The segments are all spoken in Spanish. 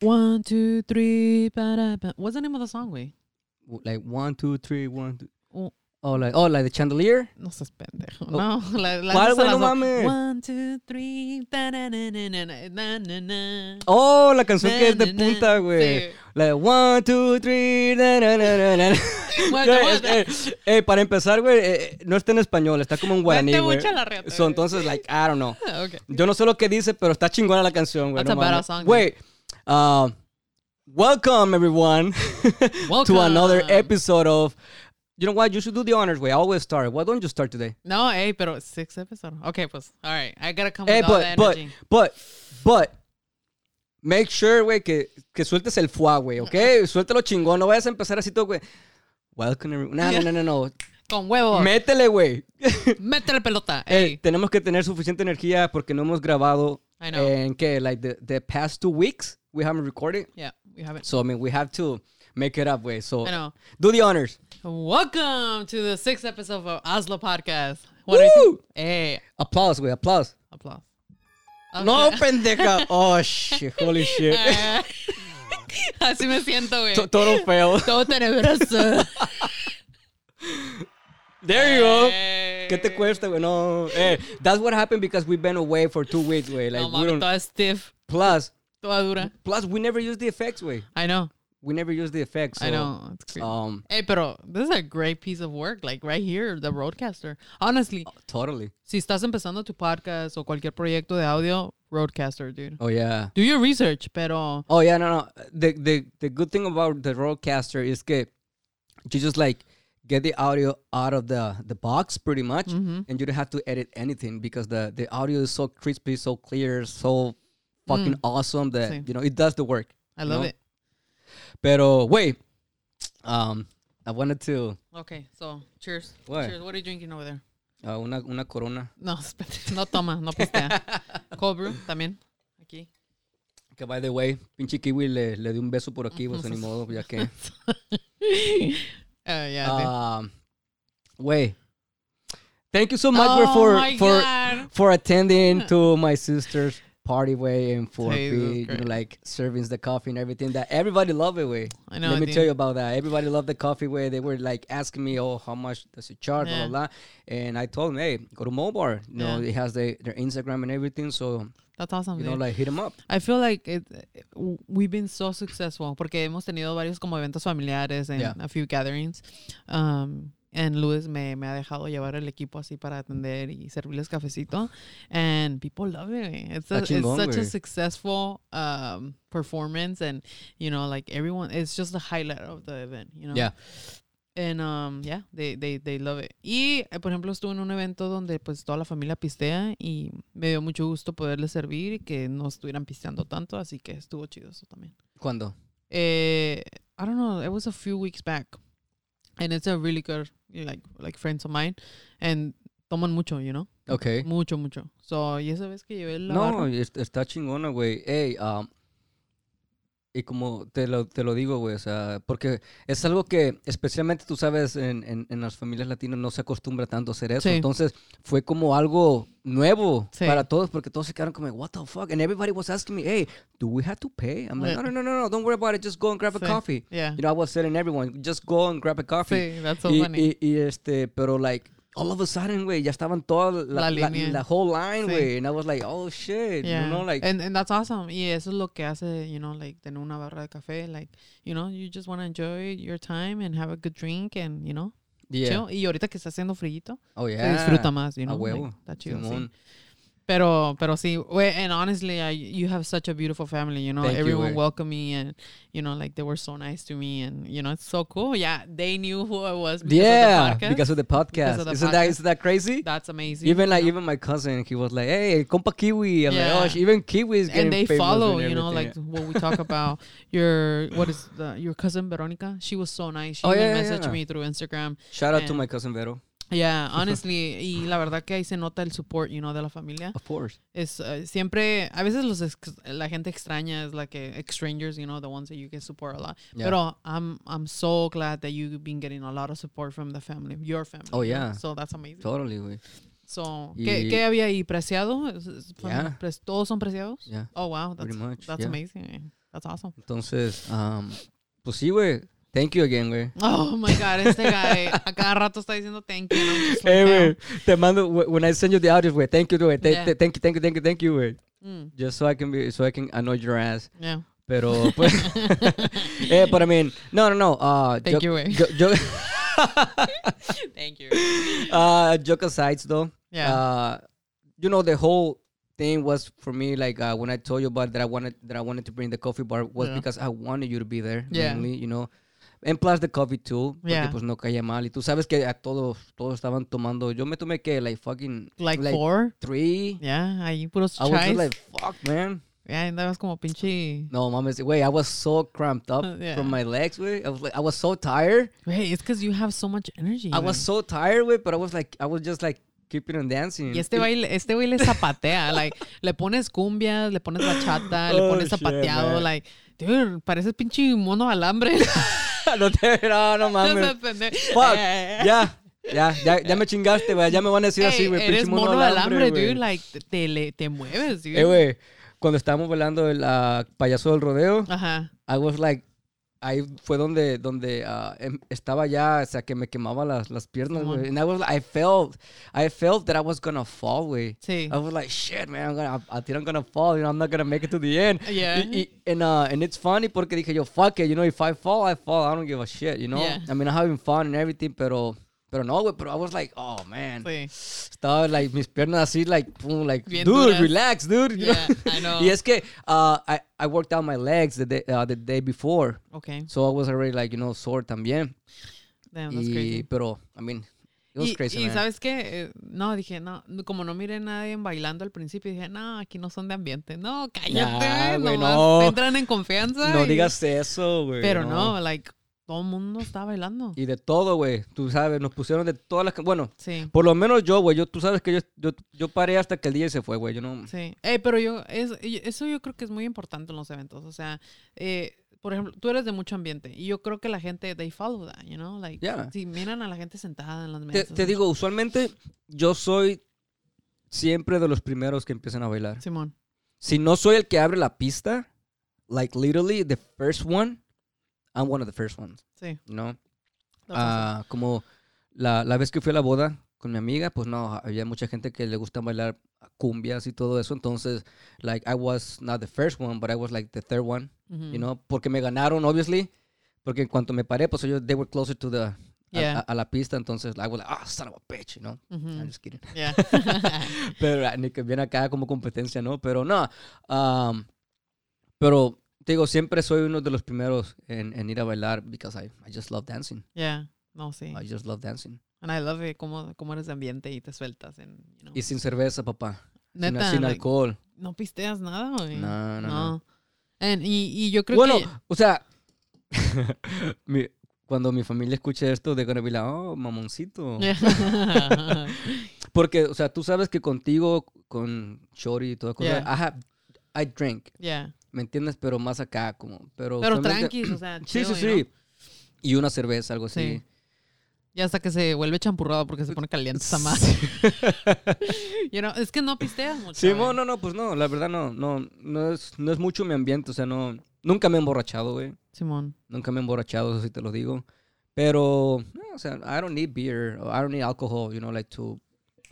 One, two, three, ba-da-ba. What's the name of the song, güey? W- Like one, two, three, one, two. Oh, Oh, like oh, like the chandelier. no seas pendejo. Oh. No, la, la ¿Cuál, lanza güey? No las dos. mames. One, two, three, da-na-na-na-na-na, na-na-na. Oh, la canción que es de Na, na, na. punta, güey. Sí. La de one, two, three, na, na, na, na, na. Vuelta, Güey, es- eh, eh, para empezar, güey, eh, no está en español, está como en guaraní, Vete güey. mucho a la reta, So, güey. entonces, like, I don't know. Ah, Okay. Yo no sé lo que dice, pero está chingona la canción, güey. That's no a badass mames. song, eh. Güey, uh, welcome everyone Welcome. to another episode of. You know what? You should do the honors, güey. I always start. Why don't you start today? No, hey, pero six episode. Okay, pues, all right. I gotta come Eh, with all the but, but, energy. but, but, make sure, güey, que, que sueltes el fuá, güey, ¿ok? Suéltalo chingón. No vayas a empezar así todo, güey. Welcome everyone. No, no, no, no, Con no. huevo. Métele, güey. Métele pelota. Hey. Eh, tenemos que tener suficiente energía porque no hemos grabado I know. en que, like, the, the past two weeks, we haven't recorded. Yeah, we have it. So, I mean, we have to make it up, güey. So, I know. do the honors. Welcome to the sixth episode of Oslo Podcast. What do you think? Woo! Hey, Applause, güey, applause. applause. No, Okay. pendeja. Oh, shit. Holy shit. Así me siento, güey. To- Total fail. Todo tenebroso. There you go. Eh. Oh, ¿Qué te cuesta, güey? No. Eh, that's what happened because we've been away for two weeks, güey. Like, No we mames, don't. toda stiff, Plus, toda dura. plus, we never use the effects, güey. I know, We never use the effects. So, I know. It's crazy. Um, Hey, pero this is a great piece of work, like right here, the roadcaster. Honestly, totally. si estás empezando tu podcast o cualquier proyecto de audio, roadcaster, dude. Oh, yeah. Do your research, pero Oh yeah, no, no. The the the good thing about the roadcaster is that you just like get the audio out of the the box pretty much, Mm-hmm. and you don't have to edit anything because the the audio is so crispy, so clear, so fucking awesome that Mm. Sí. you know it does the work. I love no. it. Pero wait, um, I wanted to Okay, so cheers. What? Cheers. What are you drinking over there? uh, una una corona No, espérate, no toma, no pistea. Cold brew también. Aquí. que by the way, pinche kiwi le le di un beso por aquí, pues ni modo ya que. Uh, yeah. dude. Um, wait. Thank you so much güey, for for Oh God. for attending to my sister's party way and for Jesus being, you know, Christ. like serving the coffee and everything that everybody loved it way. I know, Let me dude. tell you about that. Everybody loved the coffee way. They were like asking me, "Oh, how much does it charge?" Blah, Yeah. blah, blah. And I told them, "Hey, go to Mobar. You know, Yeah. it has the, their Instagram and everything. So That's awesome. you know, dude. like hit them up." I feel like it, w- we've been so successful porque hemos tenido varios como eventos familiares and Yeah. a few gatherings. Um, and Luis me, me ha dejado llevar el equipo así para atender y servirles cafecito. And people love it. güey. It's, a, Está it's chingón, such a güey. successful um, performance. And, you know, like everyone, it's just the highlight of the event, you know? Yeah. And um, yeah, they, they, they love it. Y, eh, por ejemplo, estuve en un evento donde pues toda la familia pistea y me dio mucho gusto poderles servir y que no estuvieran pisteando tanto, así que estuvo chido eso también. Cuando? Eh, I don't know, it was a few weeks back. And it's a really good, like, like friends of mine. And toman mucho, you know? Okay. Mucho, mucho. So, y esa vez que llevé la No, barra- es- está chingona, güey. Ey, um, y como te lo, te lo digo, güey, o sea, porque es algo que especialmente tú sabes, en, en- en las familias latinas no se acostumbra tanto a hacer eso. Sí. Entonces fue como algo nuevo Sí. para todos, porque todos se quedaron como, what the fuck? And everybody was asking me, hey, do we have to pay? I'm like, Yeah. no, no, no, no, no, don't worry about it, just go and grab a Sí. coffee. Yeah. You know, I was telling everyone, just go and grab a coffee. Sí, that's so y, funny. y- y, este, pero like, all of a sudden, güey, ya estaban todas La la, la- línea. la whole line, Sí. güey. And I was like, oh shit, Yeah. you know, like, and, and that's awesome. Y eso es lo que hace, you know, like tener una barra de café. Like, you know, you just want to enjoy your time and have a good drink and, you know, yeah. chill. Y ahorita que está haciendo frillito, Oh se yeah. disfruta más, you A know. like, huevo. está chido, sí. Simón. Pero, pero sí, güey, and honestly, I, you have such a beautiful family, you know. Thank you, Everyone güey. welcomed me and, you know, like they were so nice to me and, you know, it's so cool. Yeah, they knew who I was because yeah, of the podcast. because of the podcast. Because of the isn't that podcast. isn't that crazy? that's amazing. even like you know? even my cousin, he was like, "Hey, compa Kiwi," I'm like, Yeah. "Oh, sh- even Kiwi is getting and they famous follow, and you know, like everything." what we talk about. Your what is the, your cousin Veronica? She was so nice. She Oh, even yeah, yeah, messaged yeah. me through Instagram. shout out to and- my cousin Vero, Yeah, honestly, y la verdad que ahí se nota el support, you know, de la familia. of course. Es uh, siempre a veces los ex- la gente extraña es la que ex strangers, you know, the ones that you can support a lot. Yeah. Pero I'm I'm so glad that you've been getting a lot of support from the family, your family. Oh, you know? yeah. So that's amazing. Totally, güey. So, Y- ¿qué, ¿qué había ahí? ¿Preciado? Es- es- Yeah. pres- ¿Todos son preciados? Yeah. Oh, wow. That's, Pretty much, that's yeah. amazing. That's awesome. Entonces, um, pues sí, güey. Thank you again, güey. Oh my God, este guy a cada rato está diciendo thank you. and I'm just like, Hey, güey. damn. Te mando, wh- when I send you the audio, güey, thank you, güey. Th- Yeah. th- Thank you, thank you, thank you, thank you, güey. Mm, Just so I can be, so I can annoy your ass. yeah. Pero, pues. eh, but I mean, no, no, no. Uh, Thank joke- you, güey. jo- joke- Thank you. uh, joke aside, though. Yeah. Uh, you know, the whole thing was for me like uh, when I told you about that I wanted that I wanted to bring the coffee bar was Yeah. because I wanted you to be there Yeah. mainly, you know. And plus the coffee too, porque Yeah. pues no caía mal. Y tú sabes que a todos todos estaban tomando. Yo me tomé que like fucking like, four. three. Yeah, ahí puros I was just chais. like fuck, man. yeah, andabas como pinche. No, mames, wait, I was so cramped up Uh, yeah. from my legs, wait. I was like, I was so tired. Güey, it's because you have so much energy. I was güey. so tired, wait, but I was like, I was just like keeping on dancing. Y este baile, este baile zapatea, like, le pones cumbias, le pones bachata, le Oh, pones shit, zapateado, man. like, dude, pareces pinche mono alambre. no, te, no, no O mames. sea, pende- Fuck. Eh, Ya, ya, ya, ya me chingaste, güey. Ya me van a decir así, ey, güey. eh, eres pinche mono, de alambre, güey. dude, like, te- te, le- te mueves, dude. Eh, güey. Cuando estábamos bailando el ah, payaso del rodeo, Ajá. I was like. Ahí fue donde, donde ah, em- estaba ya, o sea, que me quemaba las, las piernas, Simón. güey. And I was like, I felt, I felt that I was gonna fall, güey. Sí. I was like, shit, man, I'm gonna, I think I'm gonna fall, you know, I'm not gonna make it to the end. Yeah. Y- y- and, uh, and it's funny porque dije yo, fuck it, you know, if I fall, I fall, I don't give a shit, you know. Yeah. I mean, I'm having fun and everything, pero, pero no, güey, pero I was like, oh, man. Sí. Estaba, like, mis piernas así, like, pum, like, Bien dude, duras. relax, dude. you Yeah, I know. y es que, uh, I, I worked out my legs the day, uh, the day before, Okay. so I was already, like, you know, sore también. Damn, Oh, that's y, crazy. pero, I mean, it was y, crazy, y man. sabes qué, Eh, no, dije, no, no, como no miré a nadie bailando al principio, dije, no, aquí no son de ambiente. No, Nah, cállate, Ah, güey, nomás no. entran en confianza. No y- digas eso, güey. Pero no, like, todo el mundo está bailando. Y de todo, güey. Tú sabes, nos pusieron de todas las... can- Bueno, Sí, por lo menos yo, güey. Yo, tú sabes que yo, yo, yo paré hasta que el DJ se fue, güey. Yo no... sí. Eh, pero yo, es, y- eso yo creo que es muy importante en los eventos. O sea, eh, por ejemplo, tú eres de mucho ambiente y yo creo que la gente, they follow that, you know? Like, Yeah. si miran a la gente sentada en las Te, mesas. te digo, usualmente yo soy siempre de los primeros que empiezan a bailar. Simón. Si no soy el que abre la pista, like literally the first one, I'm one of the first ones, Sí. you know? lo pasa. Ah, como la, la vez que fui a la boda con mi amiga, pues no, había mucha gente que le gusta bailar cumbias y todo eso, entonces, like, I was not the first one, but I was like the third one, Ujú. you know, porque me ganaron, obviously, porque en cuanto me paré, pues ellos, they were closer to the, a- Yeah. Mm. a, a la pista, entonces, I was like, ah, son of a bitch, you know, I'm Ujú. just kidding. Yeah. Pero ah, ni que viene acá como competencia, ¿no? Pero no. um, pero te digo, siempre soy uno de los primeros en, en ir a bailar because I, I just love dancing. Yeah. No, sí. I just love dancing. And I love it, cómo, cómo eres de ambiente y te sueltas en, you know. Y sin cerveza, papá. Sin- Neta, sin, like, alcohol. no pisteas nada, güey. No, no, no. And- y, y yo creo Bueno, que... o sea, mi- cuando mi familia escuche esto, de gonna be like, oh, mamoncito. Yeah. Porque, o sea, tú sabes que contigo, con Chori y toda Yeah. cosa, I, have- I drink, Yeah. ¿me entiendes? Pero más acá, como. Pero, Pero usualmente- tranqui, o sea, Sí, chill, you sí, know? sí. Y una cerveza, algo Sí. así. Y hasta que se vuelve champurrado porque se pone caliente esa madre. You know, es que no pisteas mucho. Sí, güey. no, no, no, pues no, la verdad no, no, no es, no es mucho mi ambiente, o sea, no, nunca me he emborrachado, güey. Simón. Nunca me he emborrachado, eso sí te lo digo. Pero, no, o sea, I don't need beer, or I don't need alcohol, you know, like to,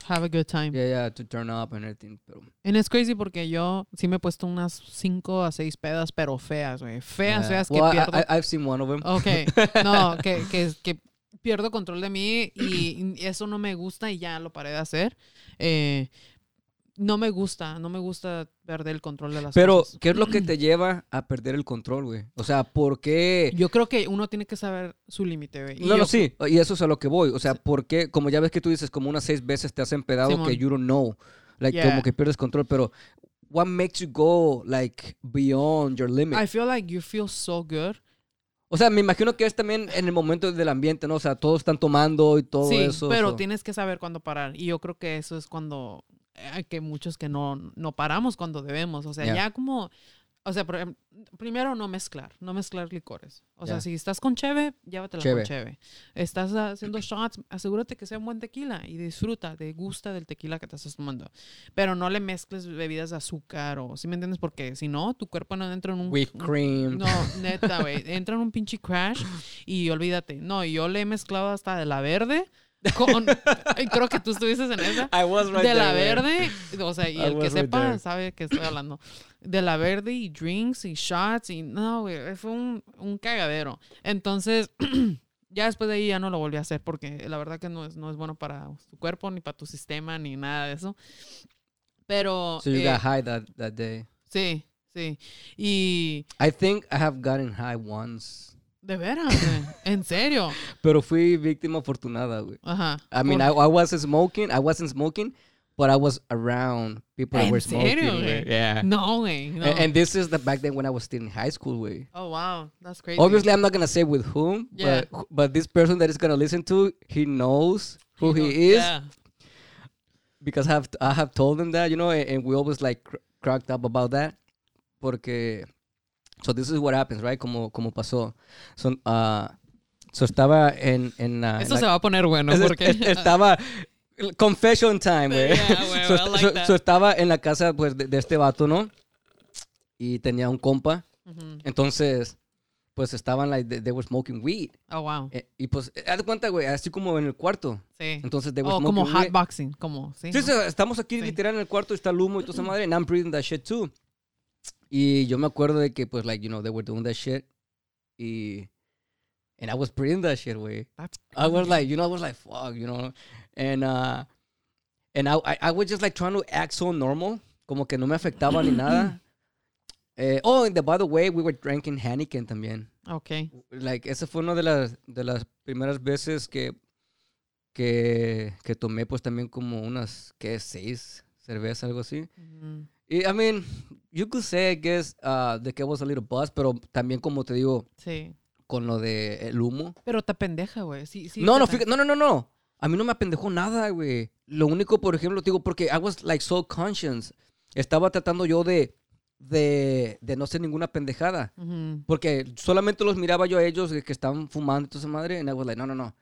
Have a good time. yeah, yeah, to turn up and everything. Pero, And it's crazy porque yo sí me he puesto unas 5 a 6 pedas, pero feas, güey. Feas, yeah. feas que Well, I- pierdo. Oh, I, have seen one of them. Ok, no, que, que, que pierdo control de mí y eso no me gusta y ya lo paré de hacer. Eh, no me gusta, no me gusta perder el control de las Pero, cosas. ¿qué es lo que te lleva a perder el control, güey? O sea, ¿por qué? Yo creo que uno tiene que saber su límite, güey. Y eh, No, yo- no, sí, y eso es a lo que voy. O sea, porque, como ya ves que tú dices, como unas seis veces te has empedado que Simón. you don't know, like, Yeah. como que pierdes control, pero what makes you go, like, beyond your limit? I feel like you feel so good. o sea, me imagino que es también en el momento del ambiente, ¿no? O sea, todos están tomando y todo sí, eso. pero so- tienes que saber cuándo parar. Y yo creo que eso es cuando eh, que muchos que no, no paramos cuando debemos. O sea, Yeah. ya como O sea, por ejem- primero no mezclar, no mezclar licores. O Ya. sea, si estás con cheve, llévatela Cheve. con cheve. Estás haciendo shots, asegúrate que sea un buen tequila y disfruta, te gusta del tequila que te estás tomando. Pero no le mezcles bebidas de azúcar o, ¿sí me entiendes? Porque si no, tu cuerpo no entra en un... Whipped un- cream. no, neta, güey. Entra en un pinche crash y olvídate. No, yo le he mezclado hasta de la verde con... y creo que tú estuviste en esa I was right de there, la güey. verde, o sea, y I el que was right sepa there. sabe que estoy hablando. De la verde y drinks y shots y no, güey, fue un, un cagadero. Entonces, ya después de ahí ya no lo volví a hacer porque la verdad que no es, no es bueno para tu cuerpo, ni para tu sistema, ni nada de eso. Pero, So you eh, got high that, that day. sí, sí. Y, I think I have gotten high once. de veras, güey, en serio. Pero fui víctima afortunada, güey. Ajá. I mean, I, I wasn't smoking. I wasn't smoking, but I was around people that ¿En were smoking. serio, güey. güey? Yeah. no, güey, A- no. And, this is the back then when I was still in high school, way. oh, wow, that's crazy. Obviously, I'm not gonna say with whom, Yeah. but but this person that is gonna listen to, he knows who he, is Yeah. because I have I have told him that, you know, and, and we always like cr- cracked up about that. Porque, so this is what happens, right? Como como pasó. So, uh, so estaba en en uh, Eso like- se va a poner bueno Es- porque... es- estaba confession time, güey. Yeah, güey, so, I est- like so- that. so estaba en la casa pues de, de este vato, ¿no? Y tenía un compa. Ujú. Entonces, pues estaban like they, they were smoking weed. Oh, wow. Eh, y pues eh, haz de cuenta, güey, así como en el cuarto. Sí. Entonces they were O smoking Oh, como weed. hotboxing, como, sí. Sí, ¿no? sí, estamos aquí Sí. Mm. literal en el cuarto, está el humo y toda esa madre, and I'm breathing that shit too. Y yo me acuerdo de que pues like, you know, they were doing that shit y and I was breathing that shit, güey. That's I was like, you know, I was like, fuck, you know, and uh, and I, I, I was just like trying to act so normal, como que no me afectaba ni nada. Eh, oh, and the, by the way, we were drinking Heineken también. Ok. Like, esa fue una de las de las primeras veces que que que tomé pues también como unas que seis cervezas algo así. Ujú. Y I mean, you could say I guess uh, the que was a little buzz, pero también como te digo Sí. con lo de el humo. Pero te pendeja, güey. Sí, sí. No, no, te- fíjate, no, no, no, no. A mí no me apendejó nada, güey. Lo único, por ejemplo, te digo, porque I was like so conscious. Estaba tratando yo de, de, de no ser ninguna pendejada. Ujú. Porque solamente los miraba yo a ellos de que estaban fumando y toda esa madre. And I was like, no, no, no.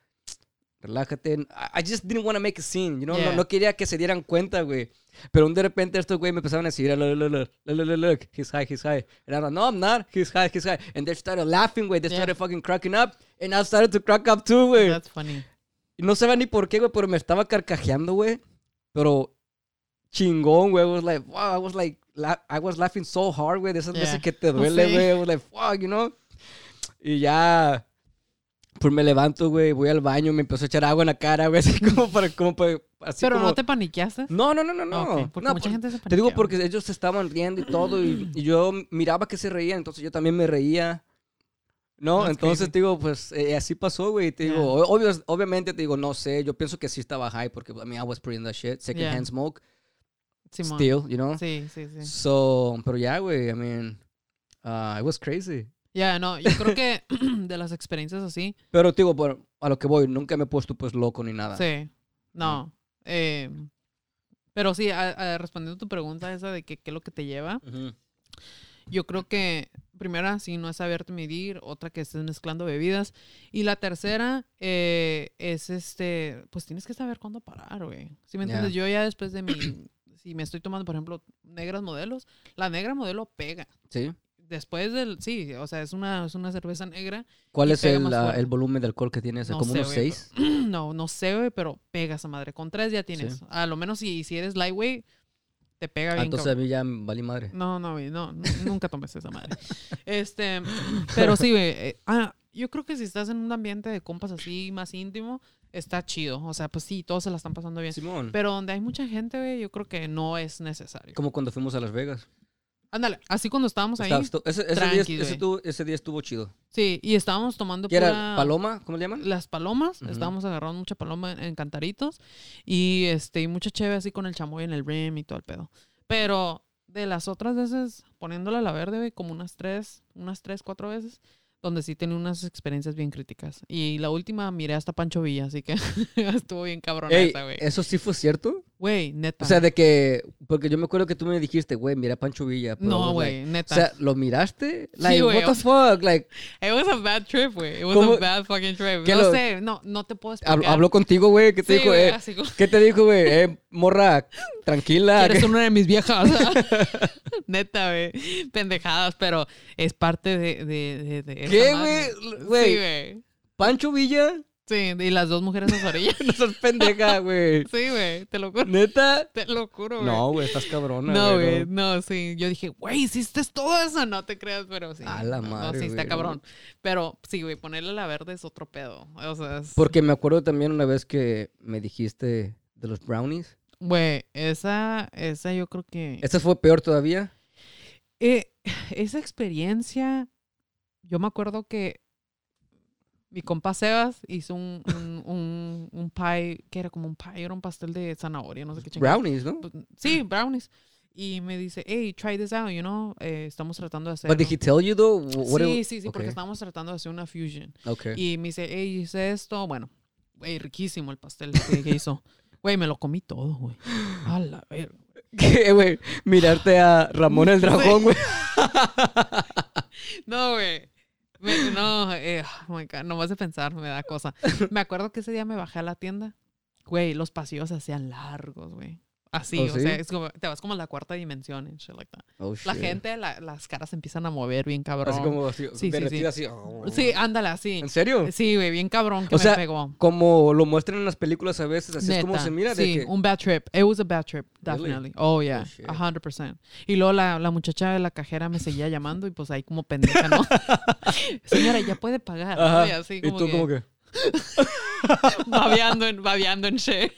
Relájate. I- I just didn't want to make a scene, you know? No- Yeah. No, quería que se dieran cuenta, güey. Pero de repente estos güey me empezaron a decir, look, look, look, look, look, look, look, he's high, he's high. And I'm like, no, I'm not. He's high, he's high. And they started laughing, güey. They Yeah. started fucking cracking up. And I started to crack up too, güey. That's funny. Y no sabía ni por qué, güey, pero me estaba carcajeando, güey. Pero chingón, güey. I was like, wow, I was like, la- I was laughing so hard, güey. De esas veces Yeah. que te duele, Sí. güey. I was like, fuck, you know. Y ya, pues me levanto, güey, voy al baño, me empezó a echar agua en la cara, güey, así como para, como para, así Pero como... no te paniqueaste. No, no, no, no, no. Ah, ok, Porque No, pues, mucha por- gente se Te digo paniquea, porque ellos se estaban riendo y todo, y, y yo miraba que se reían, entonces yo también me reía. No, That's entonces crazy. te digo, pues eh, así pasó, güey. Te digo, Yeah. o- obvio- obviamente te digo, no sé, yo pienso que sí estaba high porque, I mean, I was pretty that shit. Second hand smoke, Simón. still, you know? Sí, sí, sí. So, pero ya, güey, I mean, uh, it was crazy. Ya, no, yo creo que de las experiencias así, Pero te digo, por- a lo que voy, nunca me he puesto pues loco ni nada. sí. No. Eh, pero sí, a- a- respondiendo a tu pregunta esa de que qué es lo que te lleva, Ujú. Yo creo que primera, si no es saberte medir, otra que estés mezclando bebidas. Y la tercera eh, es este, pues tienes que saber cuándo parar, güey. Si me entiendes, yo ya después de mi, si me estoy tomando, por ejemplo, negras modelos, la negra modelo pega. Sí. Después del, sí, o sea, es una, es una cerveza negra. ¿Cuál Y es pega el, más ah, fuerte. el volumen de alcohol que tienes? No ¿Como sé, unos güey, seis? No, no sé, güey, pero pega esa madre. Con tres ya tienes. Sí. A lo menos si, si eres lightweight, te pega Ah, bien. Entonces cabrón. a mí ya valí madre. No, no, güey, no, n- nunca tomes esa madre. Este, pero sí, güey, eh, ah, yo creo que si estás en un ambiente de compas así más íntimo, está chido. O sea, pues sí, todos se la están pasando bien. Simón. Pero donde hay mucha gente, güey, yo creo que no es necesario. Como cuando fuimos a Las Vegas. Ándale, así cuando estábamos ahí, Estaba- estu- ese, ese día, tranqui, ese güey. estuvo, ese día estuvo chido. sí, y estábamos tomando ¿Qué era? pura- ¿Paloma? ¿Cómo le llaman? las palomas, Ujú. estábamos agarrando mucha paloma en, en cantaritos y este y mucha chévere así con el chamoy en el rim y todo el pedo. Pero de las otras veces, poniéndole a la verde, güey, como unas tres, unas tres, cuatro veces, donde sí tenía unas experiencias bien críticas. Y la última miré hasta Pancho Villa, así que estuvo bien cabrón Ey, esa, güey. ¿Eso sí fue cierto? Güey, neta. O sea, de que. Porque yo me acuerdo que tú me dijiste, güey, mira Pancho Villa. pero, no, like, güey, neta. o sea, ¿lo miraste? Like, güey, what the fuck? Like, it was a bad trip, güey. It was ¿Cómo- a bad fucking trip. que No lo- sé, no, no te puedo explicar. hab- habló contigo, güey. ¿Qué Sí, te dijo, güey, eh? así como- ¿Qué te dijo, güey? Eh, morra, tranquila. Eres una de mis viejas. Neta, güey. Pendejadas, pero es parte de. de, de, de esa ¿Qué, madre. güey? Güey. Sí, güey. Pancho Villa, Sí, y las dos mujeres a su orilla. no seas pendeja, güey. Sí, güey. Te lo juro. Neta. Te lo juro, güey. No, güey, estás cabrona. No, güey, no, sí. Yo dije, güey, hiciste todo eso. No te creas, pero sí. A la no, no, madre, sí, está güey, no. cabrón. Pero sí, güey, ponerle la verde es otro pedo. O sea, es- Porque me acuerdo también una vez que me dijiste de los brownies. Güey, esa, esa yo creo que. ¿Esta fue peor todavía? Eh, esa experiencia, yo me acuerdo que mi compa Sebas hizo un, un, un, un pie, que era como un pie, era un pastel de zanahoria, no sé qué chingada. Brownies, ¿no? Sí, brownies. Y me dice, hey, try this out, you know, eh, estamos tratando de hacer... But did he tell you though? Wh- What Sí, it- sí, sí, porque okay. estábamos tratando de hacer una fusion. Okay. Y me dice, hey, hice esto. Bueno, güey, riquísimo el pastel que, que hizo. Güey, me lo comí todo, güey. A la verga. ¿Qué, güey? Mirarte a Ramón el Dragón, güey. No, güey. Me- no, eh, oh my God, nomás de pensar me da cosa. Me acuerdo que ese día me bajé a la tienda. Güey, los pasillos se hacían largos, güey. Así, ¿Oh, o sí? sea, es como- te vas como a la cuarta dimensión and shit like that. Oh, La shit. gente, la- las caras se empiezan a mover bien cabrón. Así como así, Sí, sí, derretida así. oh, Sí, ándale, así. ¿En serio? Sí, güey, bien cabrón que O me sea, pegó. Como lo muestran en las películas a veces, así es como Neta, se mira. sí, de que, un bad trip. It was a bad trip, Really? definitely. Oh, yeah, shit. a 100%. Y luego la, la muchacha de la cajera me seguía llamando y pues ahí como pendeja, ¿no? Señora, ya puede pagar. ¿no? Ajá. Y así y como tú que como que... babeando en, babeando en shit.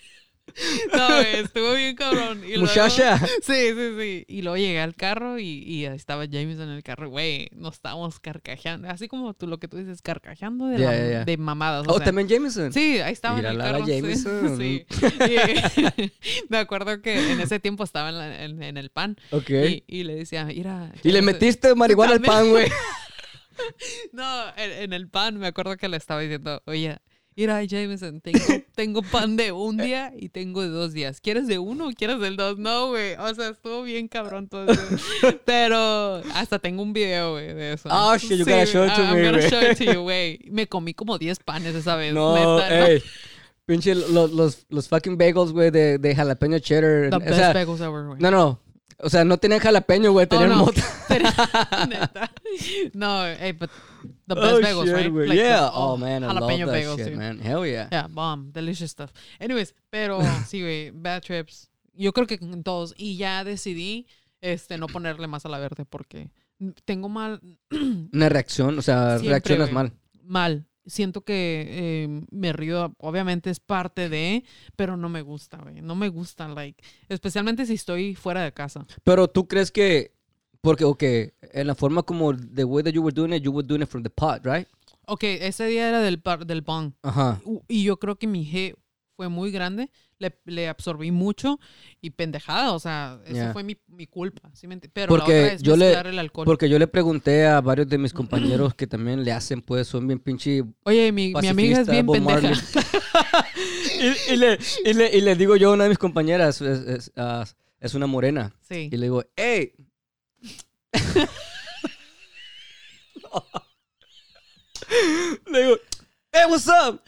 No, güey, estuvo bien cabrón. Y luego- Muchacha. sí, sí, sí. Y luego llegué al carro y, y ahí estaba James en el carro. Güey, nos estábamos carcajeando. Así como tú, lo que tú dices, carcajeando de, Ya, la- ya, ya. de mamadas. o Oh, sea. también Jameson. Sí, ahí estaba en Mira el Lara carro. sí, Jameson. Sí. Y- me acuerdo que en ese tiempo estaba en, la- en- en el pan Ok. y, Y, y le decía, mira. le Jameson". metiste marihuana al pan, güey. No, en, en el pan me acuerdo que le estaba diciendo, oye, mira, Jameson, tengo, tengo pan de un día y tengo de dos días. ¿Quieres de uno o quieres del dos? No, güey. O sea, estuvo bien cabrón todo eso. Pero hasta tengo un video, güey, de eso. Ah, shit, you gotta Sí, show it to I'm me, gonna güey. show it to you, güey. Me comí como 10 panes esa vez. No, eh, neta, no. ey. Pinche lo- los, los fucking bagels, güey, de, de jalapeño cheddar. The o best sea, bagels ever, güey. No, no. O sea, no tenían jalapeño, güey. Tenían Oh, no. mota. Neta. No, hey, but the best oh, bagels, shit, right? güey. Like the- yeah. oh, man, I love jalapeno that bagels, shit, dude. man. Hell yeah. Yeah, bomb, delicious stuff. Anyways, pero sí, güey, bad trips. Yo creo que con todos. Y ya decidí este, no ponerle más a la verde porque tengo mal, Una reacción, o sea, Siempre, reaccionas güey. mal. mal. Siento que eh, me río, obviamente es parte de, pero no me gusta, güey. No me gusta, like, especialmente si estoy fuera de casa. Pero tú crees que, porque, ok, en la forma como the way that you were doing it, you were doing it from the pot, right? Ok, ese día era del, par- del bong. Ajá. u- y yo creo que mi G fue muy grande, le, le absorbí mucho y pendejada, o sea, eso Ya. fue mi, mi culpa, ¿sí me enti- Pero Porque la otra es yo le- mezclar el alcohol. Porque yo le pregunté a varios de mis compañeros que también le hacen, pues, son bien pinche Oye, mi, mi amiga es pacifista, bien Bob pendeja. Marley. y, y le, y, le, y le digo yo a una de mis compañeras, es, es, ah, es una morena, Sí. y le digo, hey. le digo, hey, what's up?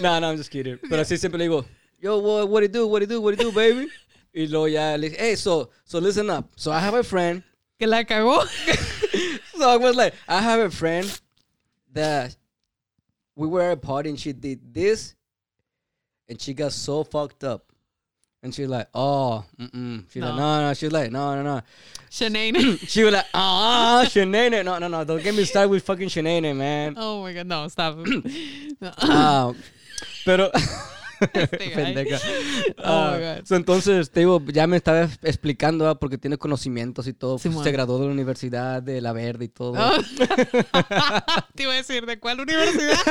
No, no, I'm just kidding. Pero así siempre le digo, yo, what, what do you do, what do you do, what do you do, baby? Y luego ya le dije, hey, so, so listen up. So I have a friend. Que la cagó. So I was like, I have a friend that we were at a party and she did this, and she got so fucked up. And she's like, oh, mm-mm. She's like, No. no, no. She's like, no, no, no. Shanae. She was like, ah, Shenane. No, no, no. Don't get me started with fucking Shenane, man. Oh my god, no, stop. No. Ah, pero... Este guy. Pendeja. Oh my Ah, God. so, entonces, te digo, ya me estaba es- explicando, ah, porque tiene conocimientos y todo. Simón. Se graduó de la Universidad de La Verde y todo. Oh. Te iba a decir, ¿de cuál universidad?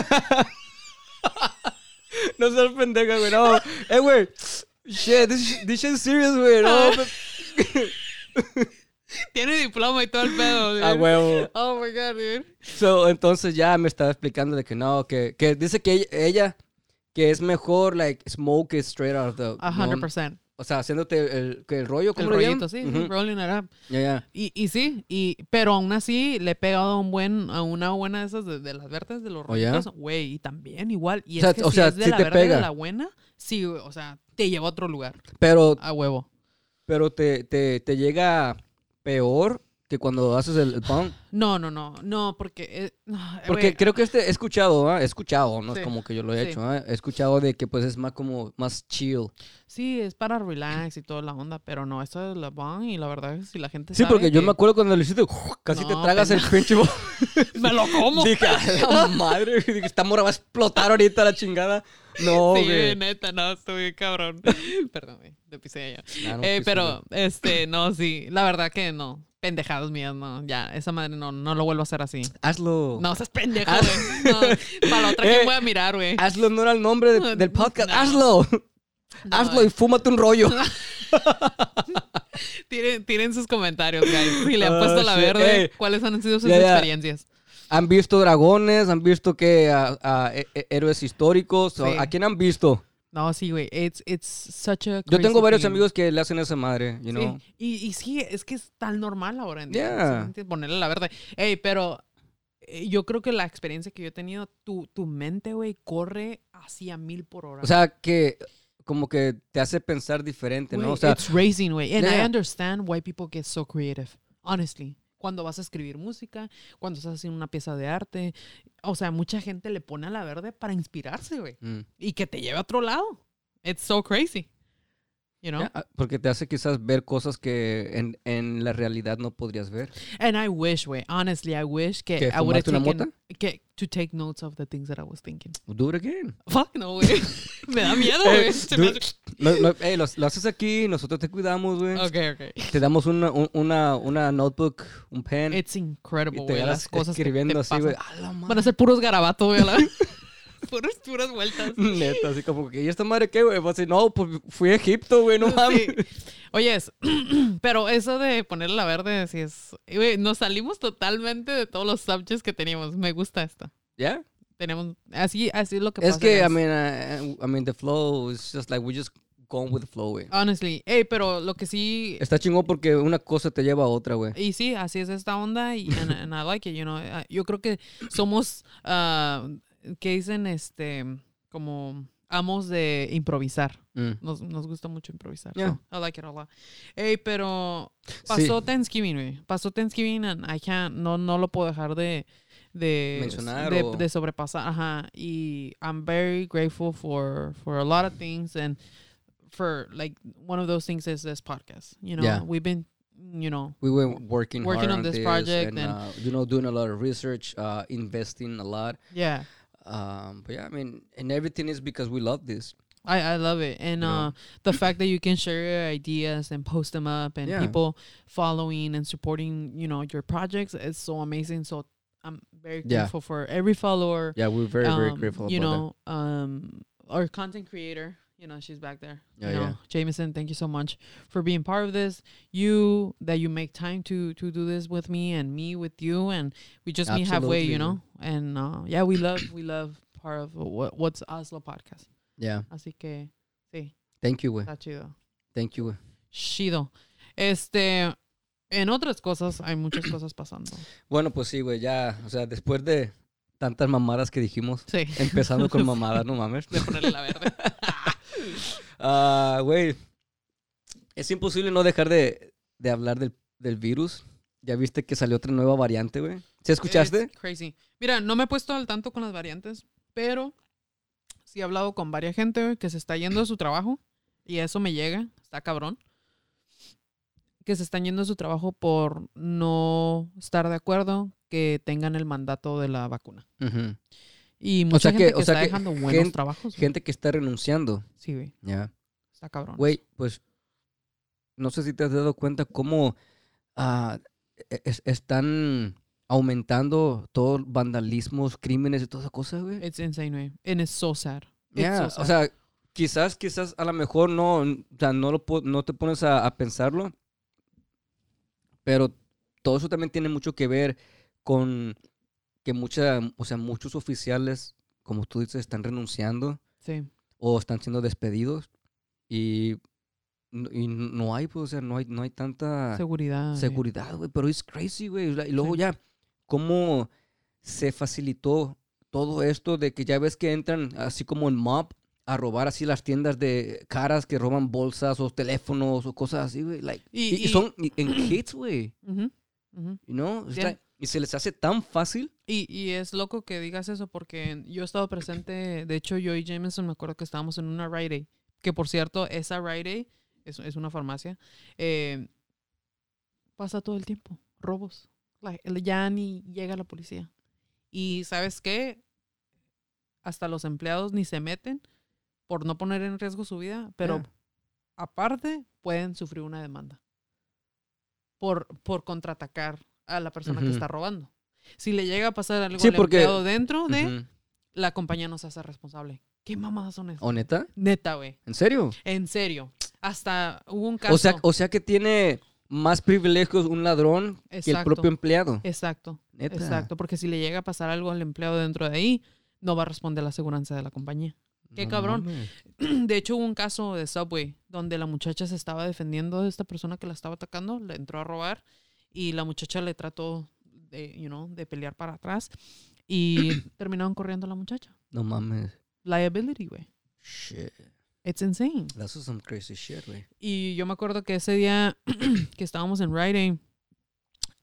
No seas pendeja, güey. No. Eh, güey. Shit, this, sh- this shit is serious, güey. No. Oh, Tiene diploma y todo el pedo. A dude. Ah, huevo. Oh my god, dude. So, entonces ya me estaba explicando de que no, que, que dice que ella, ella, que es mejor, like, smoke it straight out of the. A no, 100%. o sea, haciéndote el, que el rollo, El ¿cómo lo llaman? rollito, sí, Ujú. rolling it up. Ya, ya. Y, y sí, y, pero aún así le he pegado a, un buen, a una buena de esas de, de las verdes, de los Oh, ya. rollitos, güey, y también igual. Y O sea, es que o si sea, es de sí la te verde pega. de la buena, sí, güey, o sea, te lleva a otro lugar, Pero, a huevo. pero te, te, te llega peor que cuando haces el, el pump. No, no, no, no, porque... eh, no, eh, Porque güey, creo que este he escuchado, ¿ah? he escuchado, no Sí, es como que yo lo he sí. hecho, ¿ah? he escuchado de que pues es más como más chill. Sí, es para relax y toda la onda, pero no, esto es la van y la verdad es que si la gente Sí, sabe porque yo que- me acuerdo cuando lo hiciste, casi te No, tragas el pinche bo- ¡Me lo como! Dije, "A la madre, dije, esta mora va a explotar ahorita la chingada. No, sí, güey. neta, no, estoy bien cabrón. Perdón, güey, te pisé allá. Nah, Ah, no, Eh, sí, sí, pero, este, no, sí, la verdad que no. Pendejados mías, no, ya, esa madre no, no lo vuelvo a hacer así. güey. Hazlo. No, seas pendejo, güey. No, para la otra que Ah. Eh, voy a mirar, güey. Hazlo no era el nombre de- del podcast. No. Hazlo. No, eh. Hazlo y fúmate un rollo. Tiren, tiren sus comentarios, guys. Si le han puesto Oh, la shit. verde, Eh, ¿cuáles han sido sus ya, ya. experiencias? Han visto dragones, han visto que a- a- he- he- héroes históricos. Sí. ¿A quién han visto? No, sí, güey. It's, it's such a Yo tengo crazy varios thing. amigos que le hacen esa madre, you know. Sí. Y, y sí, es que es tan normal ahora en día. Yeah. ¿sí me entiendes? Ponerle la verde. Ey, pero eh, yo creo que la experiencia que yo he tenido, tu, tu mente, güey, corre hacia mil por hora. O sea, que como que te hace pensar diferente, Güey, ¿no? O sea, it's racing, güey. And I Yeah. understand why people get so creative. Honestly. Cuando vas a escribir música, cuando estás haciendo una pieza de arte. O sea, mucha gente le pone a la verde para inspirarse, güey. mm. Y que te lleve a otro lado. It's so crazy. You know? Ya, ah, porque te hace quizás ver cosas que en, en la realidad no podrías ver. And I wish, güey. Honestly, I wish que ¿Que I would have fumaste una taken mota? que- to take notes of the things that I was thinking. Do it again. Fuck no, güey. Me da miedo, Eh, güey. Se me dude. hace- No, no, hey, lo, lo haces aquí, nosotros te cuidamos, güey. Okay, okay. Te damos una, un- una, una notebook, un pen. It's incredible, y te güey. Las quedas cosas que te escribiendo así, güey. pasan. A la madre. Van a ser puros garabatos, güey. a la- Puras, puras vueltas. Neta, así como que, ¿y esta madre qué, güey? Pues así, no, pues fui a Egipto, güey, no mames. Sí. Oye, es- pero eso de ponerle la verde, sí es. güey, nos salimos totalmente de todos los subjects que teníamos. Me gusta esta. ¿Ya? Tenemos. Así, así es lo que Es pasa, que, I guys. mean, uh, I mean, the flow is just like, we just going with the flow, güey. Honestly. Ey, pero lo que sí. Está chingón porque una cosa te lleva a otra, güey. Y sí, así es esta onda y and, and I like it, you know. Ah, Yo creo que somos, ah, ¿qué dicen? Este, como amos de improvisar. Mm. Nos, nos gusta mucho improvisar. Yeah. so I like it a lot. Ey, pero pasó Thanksgiving, güey. Pasó Thanksgiving and I can't, no, no lo puedo dejar de... De, Mencionar de, o- de sobrepasar, ajá. Y I'm very grateful for, for a lot of things and for, like, one of those things is this podcast. You know, Yeah. we've been, you know, we were working Working hard on this project and, and- uh, you know doing a lot of research uh, investing a lot yeah. um, but yeah i mean and everything is because we love this I, I love it. And You know? uh, the fact that you can share your ideas and post them up and Yeah. people following and supporting, you know, your projects is so amazing. So I'm very Yeah. grateful for every follower. yeah we're very very um, grateful You about know, that. um, our content creator, you know, she's back there. Yeah, you know, yeah. Jameson, thank you so much for being part of this. You that you make time to to do this with me and me with you and we just meet halfway, Absolutely. you know. And uh, yeah, we love we love part of what what's Oslo podcast. yeah Así que sí. thank you güey. Está chido. thank you güey. Chido. Este, en otras cosas, hay muchas cosas pasando. bueno pues sí güey ya o sea después de tantas mamadas que dijimos Sí. empezando con mamadas no mames De ponerle la verde. Ah, güey es imposible no dejar de, de hablar del, del virus ya viste que salió otra nueva variante güey ¿Sí escuchaste It's crazy. Mira, no me he puesto al tanto con las variantes, pero sí he hablado con varias gente que se está yendo de su trabajo y eso me llega. Está cabrón. Que se están yendo de su trabajo por no estar de acuerdo que tengan el mandato de la vacuna. Ujú. Y mucha sea gente que- que, o sea está que dejando buenos gen- trabajos. güey. gente que está renunciando Sí, güey. ya Está cabrón. Güey, pues no sé si te has dado cuenta cómo ah, e- es- están aumentando todos vandalismos, crímenes y toda esa cosa, güey. It's insane, güey. And it's so sad. It's Yeah, so sad. O sea, quizás, quizás a lo mejor no, o sea, no, lo po- no te pones a, a pensarlo, pero todo eso también tiene mucho que ver con que mucha, o sea, muchos oficiales, como tú dices, están renunciando sí. o están siendo despedidos y no- y no hay, pues, o sea, no hay, no hay tanta Seguridad. eh. seguridad, güey, pero es crazy, güey. o sea, Y luego ya, ¿cómo se facilitó todo esto de que ya ves que entran así como en mob a robar así las tiendas de caras que roban bolsas o teléfonos o cosas así, güey? Like, y, Y- y y- son y- en hits, güey, Ujú, ujú. you know? It's Tien- like- y se les hace tan fácil. Y, y es loco que digas eso porque yo he estado presente, de hecho yo y Jameson me acuerdo que estábamos en una Rite Aid, que por cierto, esa Rite Aid es, es una farmacia, eh, pasa todo el tiempo, robos, Like, ya ni llega la policía. Y sabes qué, hasta los empleados ni se meten por no poner en riesgo su vida, pero Yeah. aparte pueden sufrir una demanda por, por contraatacar a la persona que Ujú. está robando. Si le llega a pasar algo Sí, al porque- empleado dentro de, Ujú. la compañía no se hace responsable. ¿Qué mamadas son esas? ¿O neta? Neta, güey. ¿En serio? En serio. Hasta hubo un caso. O sea, o sea que tiene más privilegios un ladrón que el Exacto. propio empleado. exacto. Neta. Exacto. Porque si le llega a pasar algo al empleado dentro de ahí, no va a responder la aseguranza de la compañía. Qué cabrón. mames. De hecho, hubo un caso de Subway donde la muchacha se estaba defendiendo de esta persona que la estaba atacando, le entró a robar y la muchacha le trató de, you know, de pelear para atrás y terminaron corriendo a la muchacha. No mames. Liability, güey. Shit. It's insane. That's some crazy shit, güey. Y yo me acuerdo que ese día que estábamos en Rite Aid,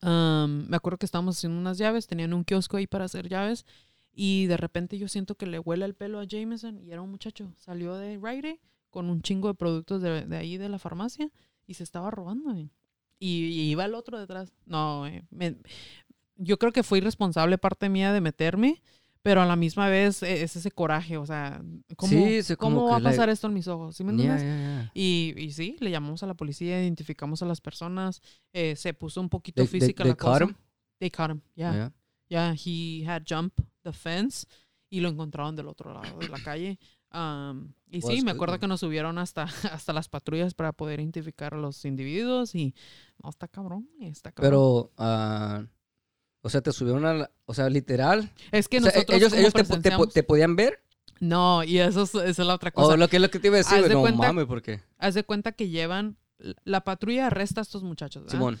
um, me acuerdo que estábamos haciendo unas llaves, tenían un kiosco ahí para hacer llaves. Y de repente yo siento que le huele el pelo a Jameson y era un muchacho. Salió de Rite Aid con un chingo de productos de, de ahí de la farmacia y se estaba robando. güey. Y, y iba el otro detrás. No, güey, me- yo creo que fue irresponsable parte mía de meterme, pero a la misma vez eh, es ese coraje. O sea, ¿cómo, Sí, se- como ¿cómo que va a la- pasar esto en mis ojos? ¿Sí me Yeah, entiendes? yeah, yeah. Y, y sí, le llamamos a la policía, identificamos a las personas, eh, se puso un poquito They- they- física they la caught cosa. him? They caught him, yeah. Yeah. Yeah, he had jumped the fence y lo encontraron del otro lado de la calle. Um, y sí, Well, me that's good, acuerdo man. que nos subieron hasta, hasta las patrullas para poder identificar a los individuos y no, está cabrón, está cabrón. Pero, ah, o sea, te subieron a la- O sea, literal. es que o sea, e, nosotros ellos, como ellos te, po- te, Oh, po- presenciamos- te podían ver. No, y eso es, esa es la otra cosa. o lo que es lo que te iba a decir, haz güey. de No cuenta- mames, ¿por qué? Haz de cuenta que llevan, la- la patrulla arresta a estos muchachos, ¿verdad? Simón.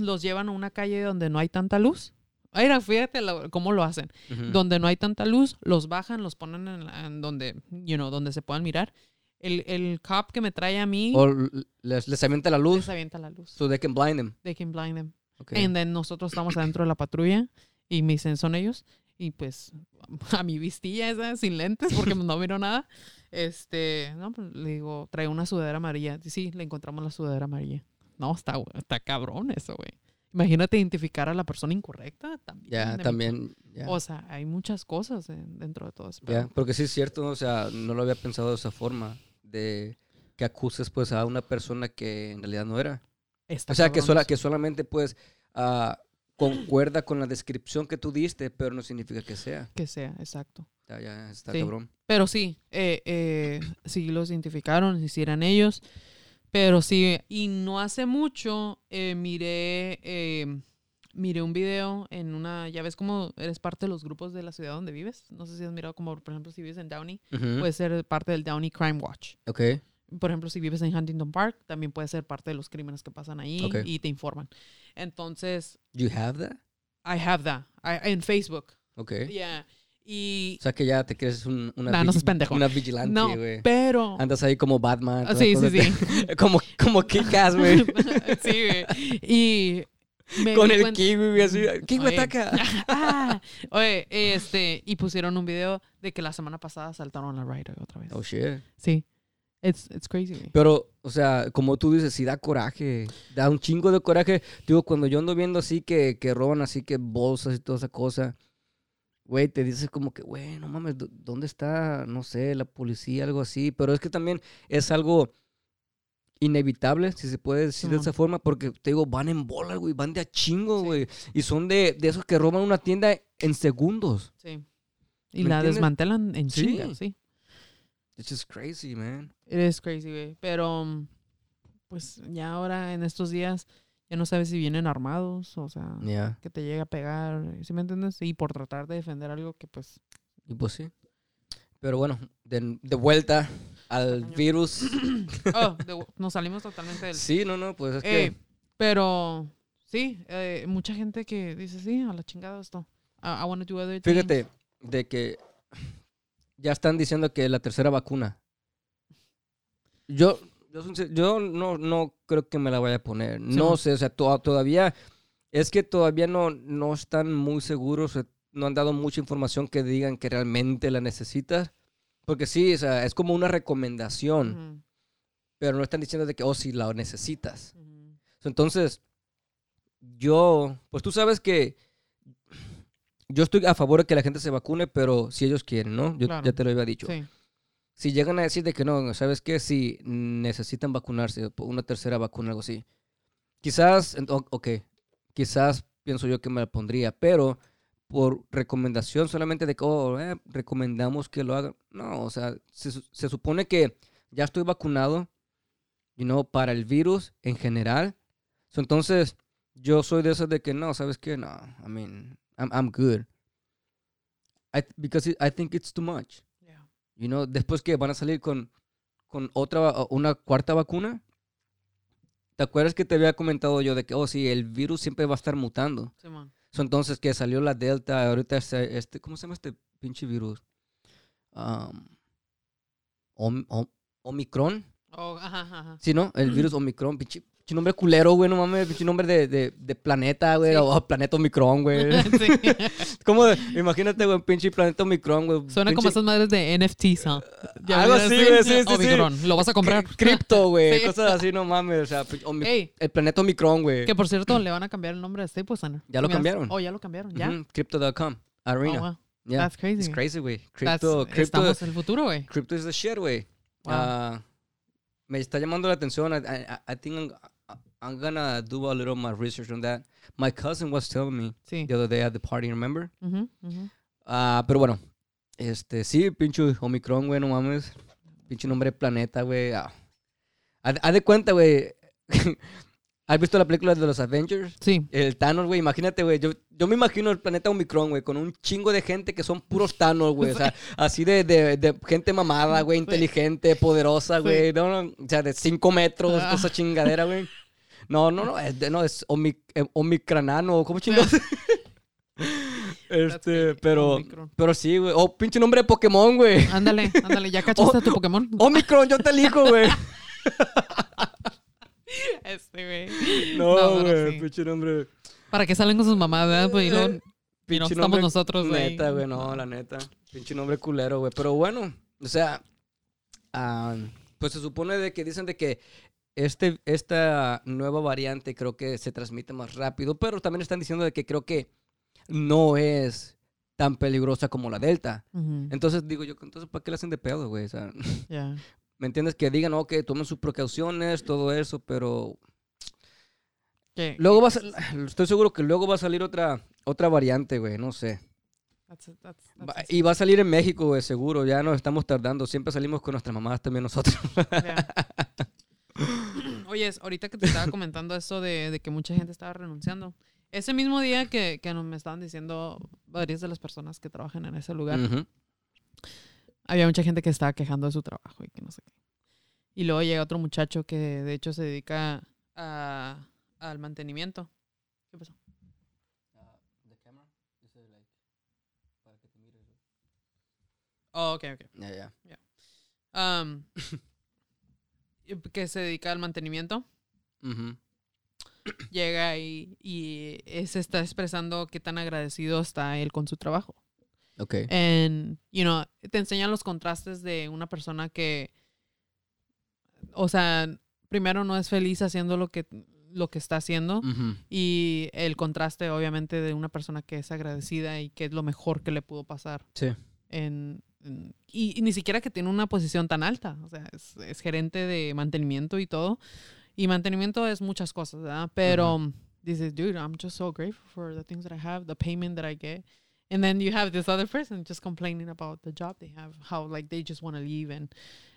los llevan a una calle donde no hay tanta luz. Mira, fíjate la- cómo lo hacen. Ujú. Donde no hay tanta luz, los bajan, los ponen en, la- en donde, you know, donde se puedan mirar. El, el cop que me trae a mí O l- les, les avienta la luz. les avienta la luz. So they can blind them. They can blind them. Okay. And then nosotros estamos adentro de la patrulla y me dicen, son ellos. Y pues a mi vistilla esa, sin lentes, porque pues, no miro nada. Este, no, pues, le digo, trae una sudadera amarilla. Sí, le encontramos la sudadera amarilla. No, está, está cabrón eso, güey. Imagínate identificar a la persona incorrecta también. Ya, de- también. Ya, O sea, hay muchas cosas eh, dentro de todo eso. Ya, porque sí es cierto, o sea, no lo había pensado de esa forma. De que acuses, pues, a una persona que en realidad no era. O sea, que, sola, que solamente, pues, ah, concuerda con la descripción que tú diste, pero no significa que sea. Que sea, exacto. Ya, ya, está Sí. cabrón. Pero sí, eh, eh, sí los identificaron, hicieran ellos. Pero sí, y no hace mucho eh, miré, eh, miré un video en una, ya ves como eres parte de los grupos de la ciudad donde vives. No sé si has mirado como, por ejemplo, si vives en Downey, Ujú. puedes ser parte del Downey Crime Watch. ok. por ejemplo, si vives en Huntington Park, también puedes ser parte de los crímenes que pasan ahí Ok. y te informan. Entonces, You have that? I have that I- en Facebook. Ok. Yeah. Y O sea que ya te crees un- una, Nah, no vigi- seas pendejo. una vigilante, no, güey. pero Andas ahí como Batman. Ah, toda sí, cosa sí, te- como como Kick-Ass, güey. sí, güey. Y me Con di el cuen- kiwi, güey, así. Kiwi Oye. ataca. Ah, oye, este, y pusieron un video de que la semana pasada saltaron la rider otra vez. Oh, shit. Sí. It's, it's crazy, güey. Pero, o sea, como tú dices, sí da coraje. Da un chingo de coraje. Digo, cuando yo ando viendo así que, que roban así que bolsas y toda esa cosa, güey, te dices como que, güey, no mames, ¿dó- ¿dónde está, no sé, la policía, algo así? Pero es que también es algo inevitable, si se puede decir de Simón. esa forma, porque te digo, van en bola, güey, van de a chingo, Sí. güey. Y son de, de esos que roban una tienda en segundos. Sí. Y ¿Me la entiendes? desmantelan en Sí. chinga, sí. It's just crazy, man. It is crazy, güey. Pero, um, pues ya ahora en estos días, ya no sabes si vienen armados, o sea, Yeah. que te llegue a pegar, ¿sí me entiendes? Y por tratar de defender algo que, pues, Y pues sí. Pero bueno, de, de vuelta al cañón. virus. Oh, de- nos salimos totalmente del... sí, no, no, pues es Eh, que pero sí, eh, mucha gente que dice, sí, a la chingada esto. I, I wanna do other things. fíjate de que ya están diciendo que la tercera vacuna. Yo yo, sincer- yo no no creo que me la vaya a poner. No Simón. sé, o sea, to- todavía es que todavía no no están muy seguros, eh, no han dado mucha información que digan que realmente la necesitas. Porque sí, o sea, es como una recomendación, Ujú, pero no están diciendo de que, oh, sí, la necesitas. ujú. So, Entonces, yo, pues tú sabes que yo estoy a favor de que la gente se vacune, pero si ellos quieren, ¿no? Yo Claro. ya te lo había dicho. Sí. Si llegan a decir de que no, ¿sabes qué? Si necesitan vacunarse, po- una tercera vacuna, algo así. Quizás, en- o- ok, quizás pienso yo que me la pondría, pero por recomendación solamente de que, oh, eh, recomendamos que lo hagan. No, o sea, se, su- se supone que ya estoy vacunado, you know, para el virus en general. So, entonces, yo soy de esos de que no, ¿sabes qué? No, I mean, I'm, I'm good. I, because it- I think it's too much. Yeah. You know, después que van a salir con, con otra, va- una cuarta vacuna. ¿Te acuerdas que te había comentado yo de que, oh, sí, el virus siempre va a estar mutando? Simón. So, entonces, que salió la Delta, ahorita se- este, ¿cómo se llama este pinche virus? Um, Om- Om- Omicron. Oh, ajá, ajá, ajá. Sí, ¿no? El virus Omicron, pinche, pinche nombre culero, güey, no mames, pinche nombre de, de, de planeta, güey, Sí. oh, planeta Omicron, güey. Sí. ¿Cómo? de- Imagínate, güey, pinche planeta Omicron, güey. Suena como pinche- esas madres de NFTs, ¿ah? Algo vieron así, ese? güey, sí, sí, sí. Omicron, Oh, Lo vas a comprar. Cri- Cripto, güey. Sí. Cosas así, no mames. O sea, pi- Omi- Ey, el planeta Omicron, güey. que por cierto, le van a cambiar el nombre de Staples Center. Ya lo Mira, cambiaron. Oh, ya lo cambiaron, ya. Ujú, Crypto.com. Arena. Oh, wow. yeah. That's crazy. It's crazy, güey. That's- eh, Crypto, crypto, Estamos en el futuro, güey. crypto is the shit, güey. Wow. Ah, me está llamando la atención. I, I, I think I'm, I'm gonna do a little more research on that. My cousin was telling me Sí. the other day at the party, remember? Ujú, ujú. Ah, pero bueno. Este, sí, pinche Omicron, güey, no mames. Pinche nombre de planeta, güey. ah. Haz haz de cuenta, güey. ¿Has visto la película de los Avengers? Sí. El Thanos, güey, imagínate, güey. Yo, yo me imagino el planeta Omicron, güey, con un chingo de gente que son puros Thanos, güey. O sea, así de, de- de gente mamada, güey, inteligente, poderosa, Sí. güey. No, no, o sea, de 5 metros, Ah. toda esa chingadera, güey. No, no, no, es, de- no, es omi- eh, omicranano, ¿cómo chingados? That's este, crazy, pero, Omicron. pero sí, güey. Oh, pinche nombre de Pokémon, güey. Ándale, ándale, Oh, ya cachaste a tu Pokémon. Omicron, yo te elijo, güey. Este, güey. No, pero güey, sí. pinche nombre. Para que salen con sus mamadas, pues, y no, y no Eh, Pinche estamos nombre nosotros, güey. Neta, güey, no, la neta. Pinche nombre culero, güey. Pero bueno, o sea, ah, pues se supone de que dicen de que este, esta nueva variante creo que se transmite más rápido, pero también están diciendo de que creo que no es tan peligrosa como la Delta. Ujú, Entonces digo yo, entonces ¿para qué la hacen de pedo, güey? O sea, ya. ¿me entiendes? Que digan, ok, tomen sus precauciones, todo eso, pero Que- luego va a sal- estoy seguro que luego va a salir otra, otra variante, güey, no sé. that's it, that's- Va- that's it. y va a salir en México, güey, seguro. Ya nos estamos tardando. Siempre salimos con nuestras mamás también nosotros. Ya. Oye, es- ahorita que te estaba comentando eso de, de que mucha gente estaba renunciando. Ese mismo día que, que nos- me estaban diciendo varias de las personas que trabajan en ese lugar, Ujú. había mucha gente que estaba quejando de su trabajo y que no sé qué. Y luego llega otro muchacho que de hecho se dedica a- al mantenimiento. ¿Qué pasó? Oh, ok, ok. Ya, ya. Am, que se dedica al mantenimiento. Ujú. llega y, y eh, se está expresando qué tan agradecido está él con su trabajo. Ok. And, you know, te enseñan los contrastes de una persona que, o sea, primero no es feliz haciendo lo que, lo que está haciendo Ujú. y el contraste obviamente de una persona que es agradecida y que es lo mejor que le pudo pasar. Sí. En, en- y, y ni siquiera que tiene una posición tan alta, o sea, es, es gerente de mantenimiento y todo. Y mantenimiento es muchas cosas, ¿verdad? Pero dices, dude, I'm just so grateful for the things that I have, the payment that I get. And then you have this other person just complaining about the job they have, how like they just want to leave and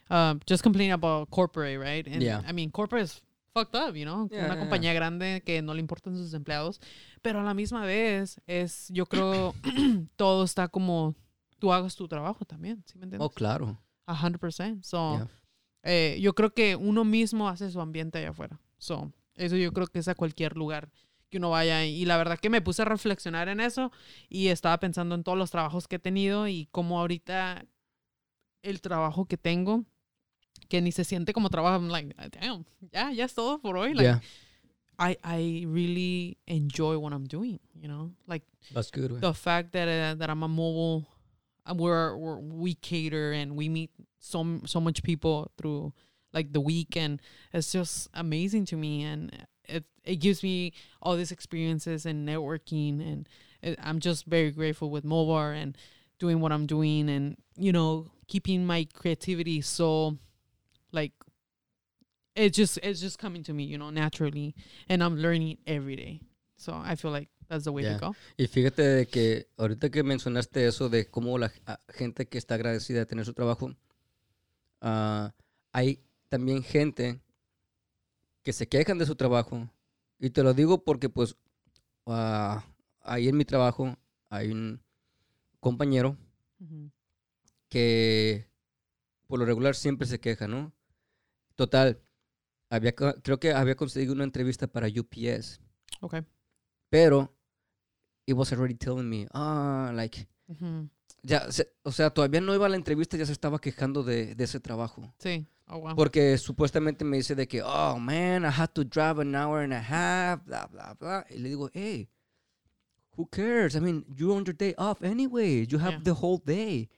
um, just complaining about corporate, right? And Yeah. I mean, corporate is fucked up, you know? Yeah, una yeah, compañía grande que no le importan sus empleados, pero a la misma vez es, yo creo, todo está como tú hagas tu trabajo también, ¿sí me entiendes? Oh, claro. A 100%. So, Yeah. eh, yo creo que uno mismo hace su ambiente allá afuera. So, eso yo creo que es a cualquier lugar que uno vaya. Y la verdad que me puse a reflexionar en eso y estaba pensando en todos los trabajos que he tenido y cómo ahorita el trabajo que tengo, que ni se siente como trabajo. I'm like, damn, ya, ya es todo por hoy. Like, yeah, I, I really enjoy what I'm doing, you know? Like, that's good. güey. the fact that uh, that I'm a mobile, uh, we're, we're we cater and we meet so m- so much people through like the week, and it's just amazing to me, and it it gives me all these experiences and networking, and it, I'm just very grateful with mobile and doing what I'm doing, and you know keeping my creativity so like it's just it's just coming to me, you know, naturally, and I'm learning every day, so I feel like that's the way Yeah. to go. Y fíjate de que ahorita que mencionaste eso de cómo la g- a- gente que está agradecida de tener su trabajo, ah, hay también gente que se quejan de su trabajo. Y te lo digo porque pues ah, ahí en mi trabajo hay un compañero Mhm. que por lo regular siempre se queja, ¿no? Total, había, co- creo que había conseguido una entrevista para UPS, Okay. pero it was already telling me, ah, like, Ujú. ya, se- o sea, todavía no iba a la entrevista, ya se estaba quejando de, de ese trabajo. Sí. Oh, wow. Porque supuestamente me dice de que, oh man, I had to drive an hour and a half, bla, bla, bla. Y le digo, hey, who cares? I mean, you're on your day off anyway. You Yeah. have the whole day.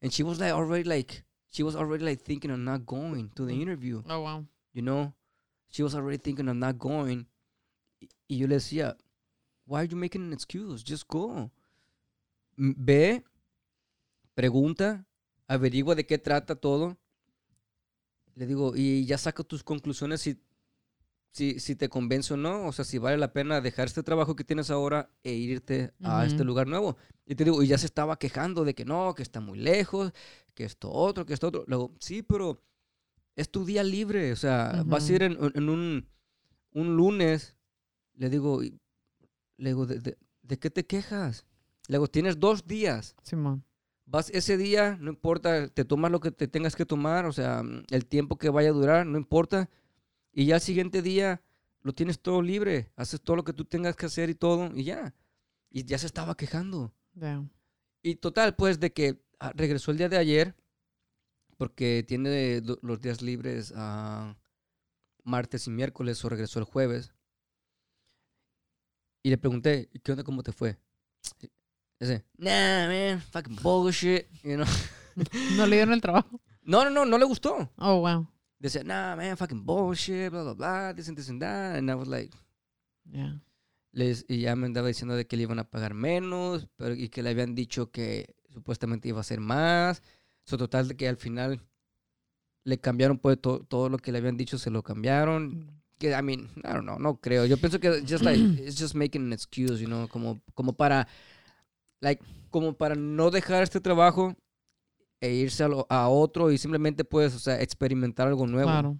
And she was like, already like, she was already like thinking of not going to the Mm. interview, oh, wow. you know? She was already thinking of not going. Y- Y yo le decía, why are you making an excuse? Just go. M- Ve, pregunta, averigua de qué trata todo. Le digo, y ya saca tus conclusiones si, si, si te convence o no. O sea, si vale la pena dejar este trabajo que tienes ahora e irte a este Ujú. lugar nuevo. Y te digo, y ya se estaba quejando de que no, que está muy lejos, que esto otro, que esto otro. Luego, sí, pero es tu día libre. O sea, vas a Ujú. ir en, en un, un lunes. Le digo, y- le digo, ¿de, de, de qué te quejas? Le digo, tienes dos días. Simón. Vas ese día, no importa, te tomas lo que te tengas que tomar, o sea, mm, el tiempo que vaya a durar, no importa. Y ya al siguiente día lo tienes todo libre, haces todo lo que tú tengas que hacer y todo, y ya. Y ya se estaba quejando. Damn. Y total, pues de que ah, regresó el día de ayer, porque tiene lo- los días libres ah, martes y miércoles, o regresó el jueves. Y le pregunté, ¿qué onda? ¿Cómo te fue? Dice, nah, man, fucking bullshit, you know. No le dieron el trabajo. No, no, no, no le gustó. Oh, wow. Dice, nah, man, fucking bullshit, bla, bla, bla, this and this and that. And I was like, Yeah. les, y ya me andaba diciendo de que le iban a pagar menos pero, y que le habían dicho que supuestamente iba a ser más. So, total de que al final le cambiaron pues to- todo lo que le habían dicho se lo Mm. cambiaron. Que, I mean, I don't know, no creo. Yo pienso que just like, it's just making an excuse, you know, como, como para, like, como para no dejar este trabajo e irse a, lo- a otro y simplemente pues, o sea, experimentar algo nuevo. Claro.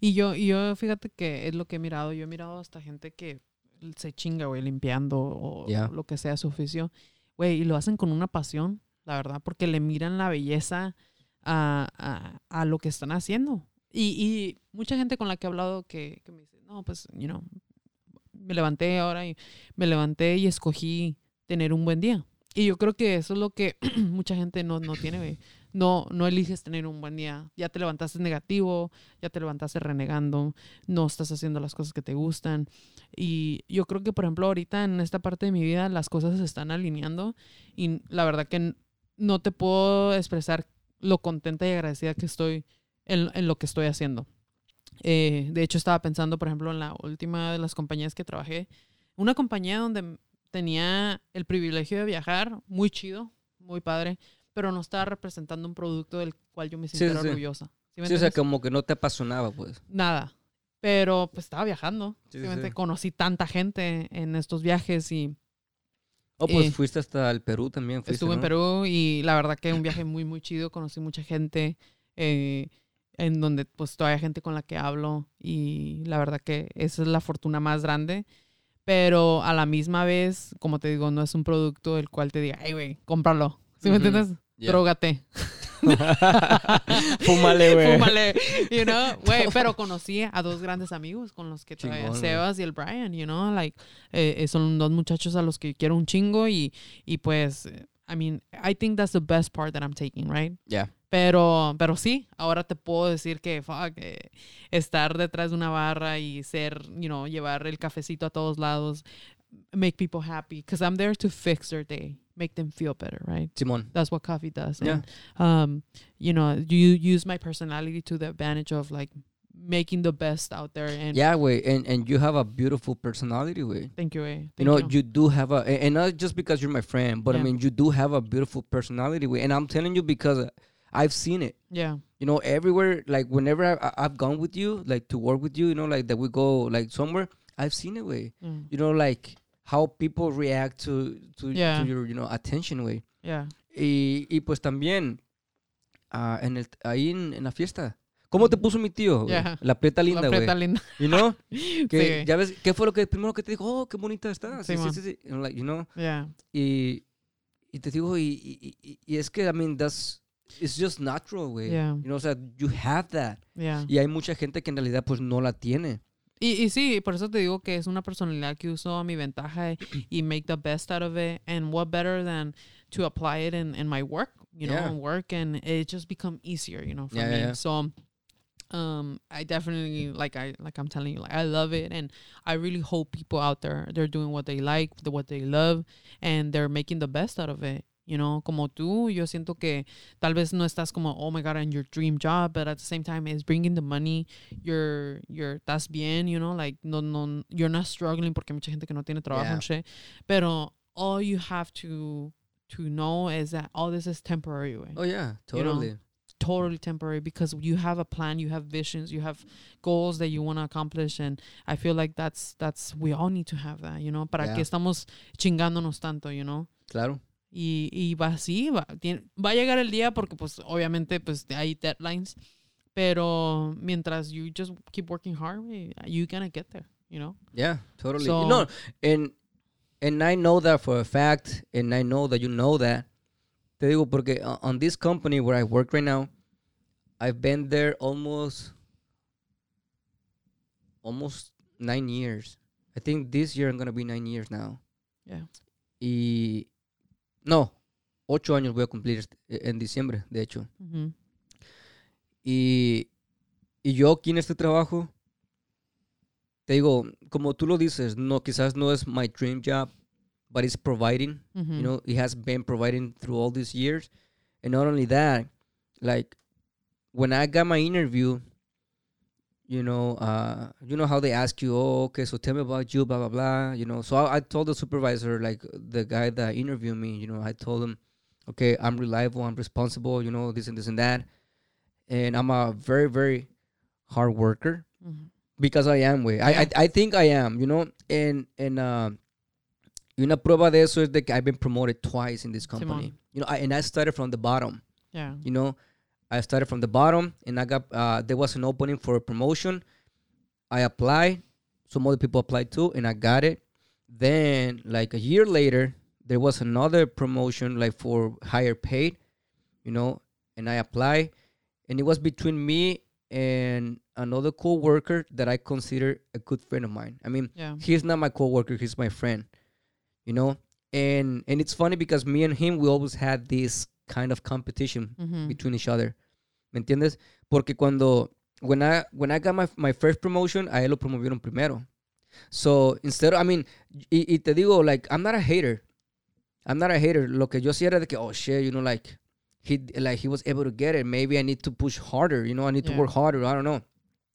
Y yo, y yo, fíjate que es lo que he mirado. Yo he mirado hasta gente que se chinga, güey, limpiando o Ya. lo que sea su oficio. Güey, y lo hacen con una pasión, la verdad, porque le miran la belleza a, a- a lo que están haciendo. Y, y mucha gente con la que he hablado que, que me dice, no, pues, you know, me levanté ahora y me levanté y escogí tener un buen día. Y yo creo que eso es lo que mucha gente no, no tiene, güey. No, no eliges tener un buen día. Ya te levantaste negativo, ya te levantaste renegando, no estás haciendo las cosas que te gustan. Y yo creo que, por ejemplo, ahorita en esta parte de mi vida las cosas se están alineando y la verdad que n- no te puedo expresar lo contenta y agradecida que estoy en, en lo que estoy haciendo. Eh, de hecho, estaba pensando, por ejemplo, en la última de las compañías que trabajé, una compañía donde m- tenía el privilegio de viajar, muy chido, muy padre, pero no estaba representando un producto del cual yo me Sí, sintiera sí, sí. orgullosa. ¿Sí me Sí, o sea, entiendes? como que no te apasionaba pues. nada. Pero pues estaba viajando. Sí, sí, Obviamente sí. conocí tanta gente en estos viajes y O pues Eh, fuiste hasta el Perú también. fuiste, estuve en ¿no? Perú y la verdad que un viaje muy, muy chido. Conocí mucha gente eh, en donde pues todavía hay gente con la que hablo y la verdad que esa es la fortuna más grande. Pero a la misma vez, como te digo, no es un producto el cual te diga, hey, güey, cómpralo. ¿Sí me Ujú. entiendes? Ya. Drógate. Fúmale, güey. Fúmale, you know, güey, pero conocí a dos grandes amigos con los que todavía, Chingón, güey. Sebas y el Brian, you know, like, eh, eh, son dos muchachos a los que quiero un chingo y, y pues, eh, I mean, I think that's the best part that I'm taking, right? Yeah. Pero, pero sí, ahora te puedo decir que, fuck, eh, estar detrás de una barra y ser, you know, llevar el cafecito a todos lados, make people happy, because I'm there to fix their day, make them feel better, right? Simon. that's what coffee does. And, um, you know, you use my personality to the advantage of like making the best out there. And Yeah, way, and and you have a beautiful personality, way. thank you, eh. Thank You know, you. do have a, a- and not just because you're my friend, but I Yeah. mean, you do have a beautiful personality, way. And I'm telling you because I've seen it. yeah, You know, everywhere, like whenever I, I- I've gone with you, like to work with you, you know, like that we go like somewhere, I've seen it, way. yeah, You know, like how people react to to, Yeah. to your, you know, attention, way. yeah. Y, y pues también ah, en el, ahí en, en la fiesta. ¿Cómo te puso mi tío? güey? Ya. La prieta La linda, güey. preta linda. You know? Que Sí. ya ves, ¿qué fue lo que primero que te dijo? Oh, qué bonita estás. Sí, sí, Simón. sí, sí. And like, you know? Yeah, Y, y te digo, y, y, y- y es que, I mean, that's, it's just natural, güey. Yeah. You know, o sea, you have that. yeah. Y hay mucha gente que en realidad pues no la tiene. Y, y sí, por eso te digo que es una personalidad que uso a mi ventaja y make the best out of it. And what better than to apply it in, in my work, you know, Yeah. in work. And it just become easier, you know, for Yeah, me. yeah, yeah. So um, I definitely, like I like I'm telling you, like, I love it. And I really hope people out there, they're doing what they like, the- what they love, and they're making the best out of it. You know, como tú, yo siento que tal vez no estás como, oh my God, in your dream job, but at the same time, it's bringing the money, you're you're estás bien, you know, like no no you're not struggling porque hay mucha gente que no tiene trabajo Yeah. and shit. Pero all you have to to know is that all this is temporary, güey. Oh, yeah, You know. totally. totally temporary because you have a plan, you have visions, you have goals that you want to accomplish and I feel like that's that's we all need to have that, you know, para Yeah. que estamos chingándonos tanto, you know. Claro. Y, y va así, va, tiene- va a llegar el día porque pues obviamente pues hay deadlines, pero mientras you just keep working hard, güey, you gonna get there, you know? Yeah, totally. So- no, and and I know that for a fact, and I know that you know that. Te digo porque o- on this company where I work right now, I've been there almost almost nine years. I think this year I'm gonna be nine years now. Yeah. Y no, ocho años voy a cumplir este- en diciembre, de hecho. Ujú. Y, y yo aquí en este trabajo, te digo, como tú lo dices, no, quizás no es my dream job, but it's providing, Ujú. you know, it has been providing through all these years. And not only that, like when I got my interview, you know, uh, you know how they ask you, oh, okay, so tell me about you, blah, blah, blah, you know. So I, I told the supervisor, like the guy that interviewed me, you know, I told him, okay, I'm reliable, I'm responsible, you know, this and this and that. And I'm a very, very hard worker Ujú. because I am, way. I, I, I think I am, you know, and, and, uh, y una prueba de eso es de que I've been promoted twice in this company. Simón. You know, I, and I started from the bottom Yeah. you know i started from the bottom and i got uh, there was an opening for a promotion i applied some other people applied too and i got it then like a year later there was another promotion like for higher paid you know and i applied and it was between me and another co-worker that i consider a good friend of mine i mean Yeah. he's not my coworker he's my friend you know and and it's funny because me and him we always had this kind of competition Ujú. Mm. between each other ¿me entiendes? porque cuando when I when I got my, my first promotion a él lo promovieron primero so instead of, I mean y, y te digo like I'm not a hater I'm not a hater lo que yo hacía era de que oh shit you know like he like he was able to get it maybe I need to push harder you know I need to Yeah. work harder I don't know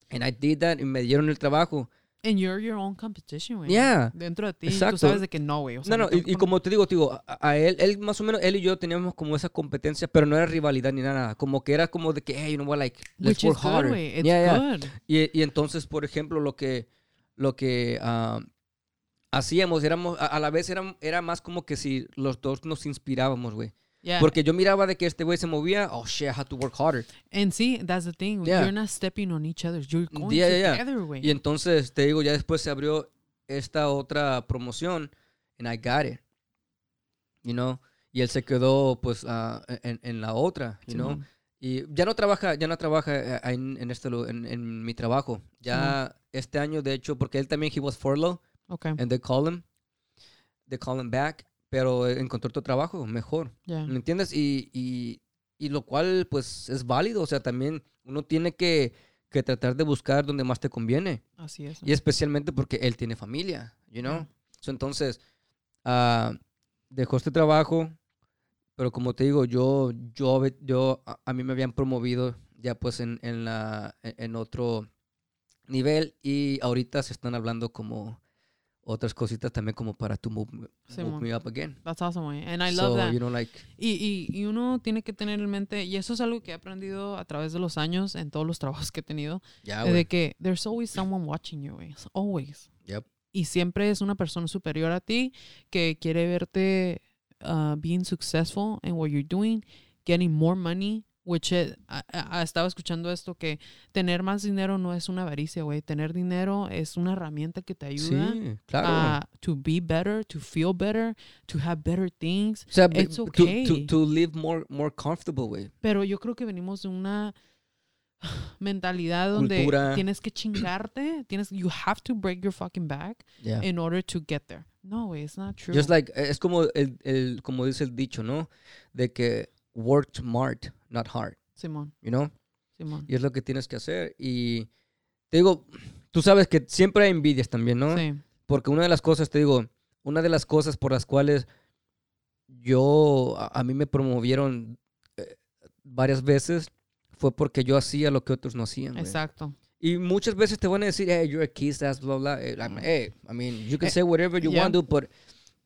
and I did that y me dieron el trabajo And you're your own competition, güey. yeah Dentro de ti, Exacto. tú sabes de que no, güey. O sea, No, no, me y, tengo y que poner- como te digo, te digo, a, a él, él más o menos, él y yo teníamos como esa competencia, pero no era rivalidad ni nada, como que era como de que, hey, you know what, like, Which let's work is good, harder. güey. It's Yeah, yeah. good. Y, y entonces, por ejemplo, lo que, lo que ah, hacíamos, éramos, a, a la vez era, era más como que si los dos nos inspirábamos, güey. Yeah. Porque yo miraba de que este güey se movía, oh, shit, I have to work harder. And see, that's the thing. güey. Yeah. You're not stepping on each other. You're going Yeah, yeah, yeah. together, güey. Y entonces, te digo, ya después se abrió esta otra promoción, and I got it. You know? y él se quedó pues ah, en, en la otra, you know. Simón. Y ya no trabaja, ya no trabaja eh, en, en este lu- en, en mi trabajo. Ya este año, de hecho, porque él también he was furloughed Ok, ya. and they call him, they call him back, pero eh, encontró otro trabajo mejor. Mm. ¿Me entiendes? Y, y, y lo cual, pues, es válido. O sea, también uno tiene que, que tratar de buscar donde más te conviene. Así es. Y especialmente porque él tiene familia, you know? Yeah. So, entonces, ah, dejó este trabajo, pero como te digo, yo, yo, ve- yo, a, a mí me habían promovido ya pues en, en, la, en- en otro nivel y ahorita se están hablando como otras cositas también como para tu move, me- Simón. move me up again. That's awesome, güey. And I so, love that. you know, like, Y, y, y uno tiene que tener en mente, y eso es algo que he aprendido a través de los años en todos los trabajos que he tenido, yeah, de güey. que there's always someone watching you, güey. It's Always. Yep. Y siempre es una persona superior a ti que quiere verte uh, being successful in what you're doing, getting more money, which is- a- a- a- estaba escuchando esto que tener más dinero no es una avaricia, güey. Tener dinero es una herramienta que te ayuda Ah, Sí, claro. a to be better, to feel better, to have better things. o sea, be- it's to- okay. to, to live more, more comfortable, güey. pero yo creo que venimos de una mentalidad donde Cultura. tienes que chingarte, tienes you have to break your fucking back Yeah. in order to get there. No, güey, it's not true. Just like, eh, es como el, el- como dice el dicho, ¿no? De que work smart, not hard, Simón, you know? Simón. Y es lo que tienes que hacer. Y te digo, tú sabes que siempre hay envidias también, ¿no? Sí, Porque una de las cosas, te digo, una de las cosas por las cuales yo, a, a mí me promovieron eh, varias veces fue porque yo hacía lo que otros no hacían. güey. exacto. Y muchas veces te van a decir, hey, you're a kiss ass, blah, blah. Eh, like, Mm. hey, I mean, you can Eh, say whatever you yeah. want to, but,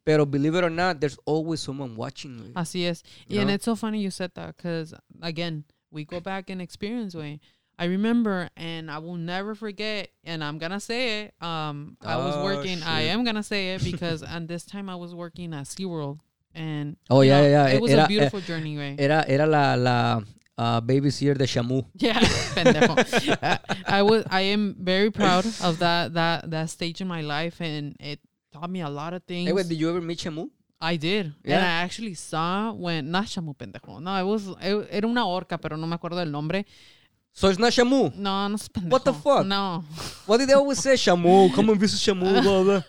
pero believe it or not, there's always someone watching. güey. Así es. You And know? it's so funny you said that because, again, we go back in experience way. I remember and I will never forget, and I'm going to say it. Um, I was Oh, working, I shit. am going to say it because, and this time I was working at SeaWorld. And Oh, you yeah, know, yeah, yeah. It was Era- a beautiful journey, way. Era, era la, la ah, babysitter de Shamu. Yeah, pendejo. Uh, I was. I am very proud of that that that stage in my life, and it taught me a lot of things. Hey, wait, did you ever meet Shamu? I did, Yeah. and I actually saw when not Shamu pendejo. No, it was it, era una orca, pero no me acuerdo el nombre. So it's not Shamu. No, no es pendejo. What the fuck? No. What did they always say? Shamu, come and visit Shamu, blah, blah.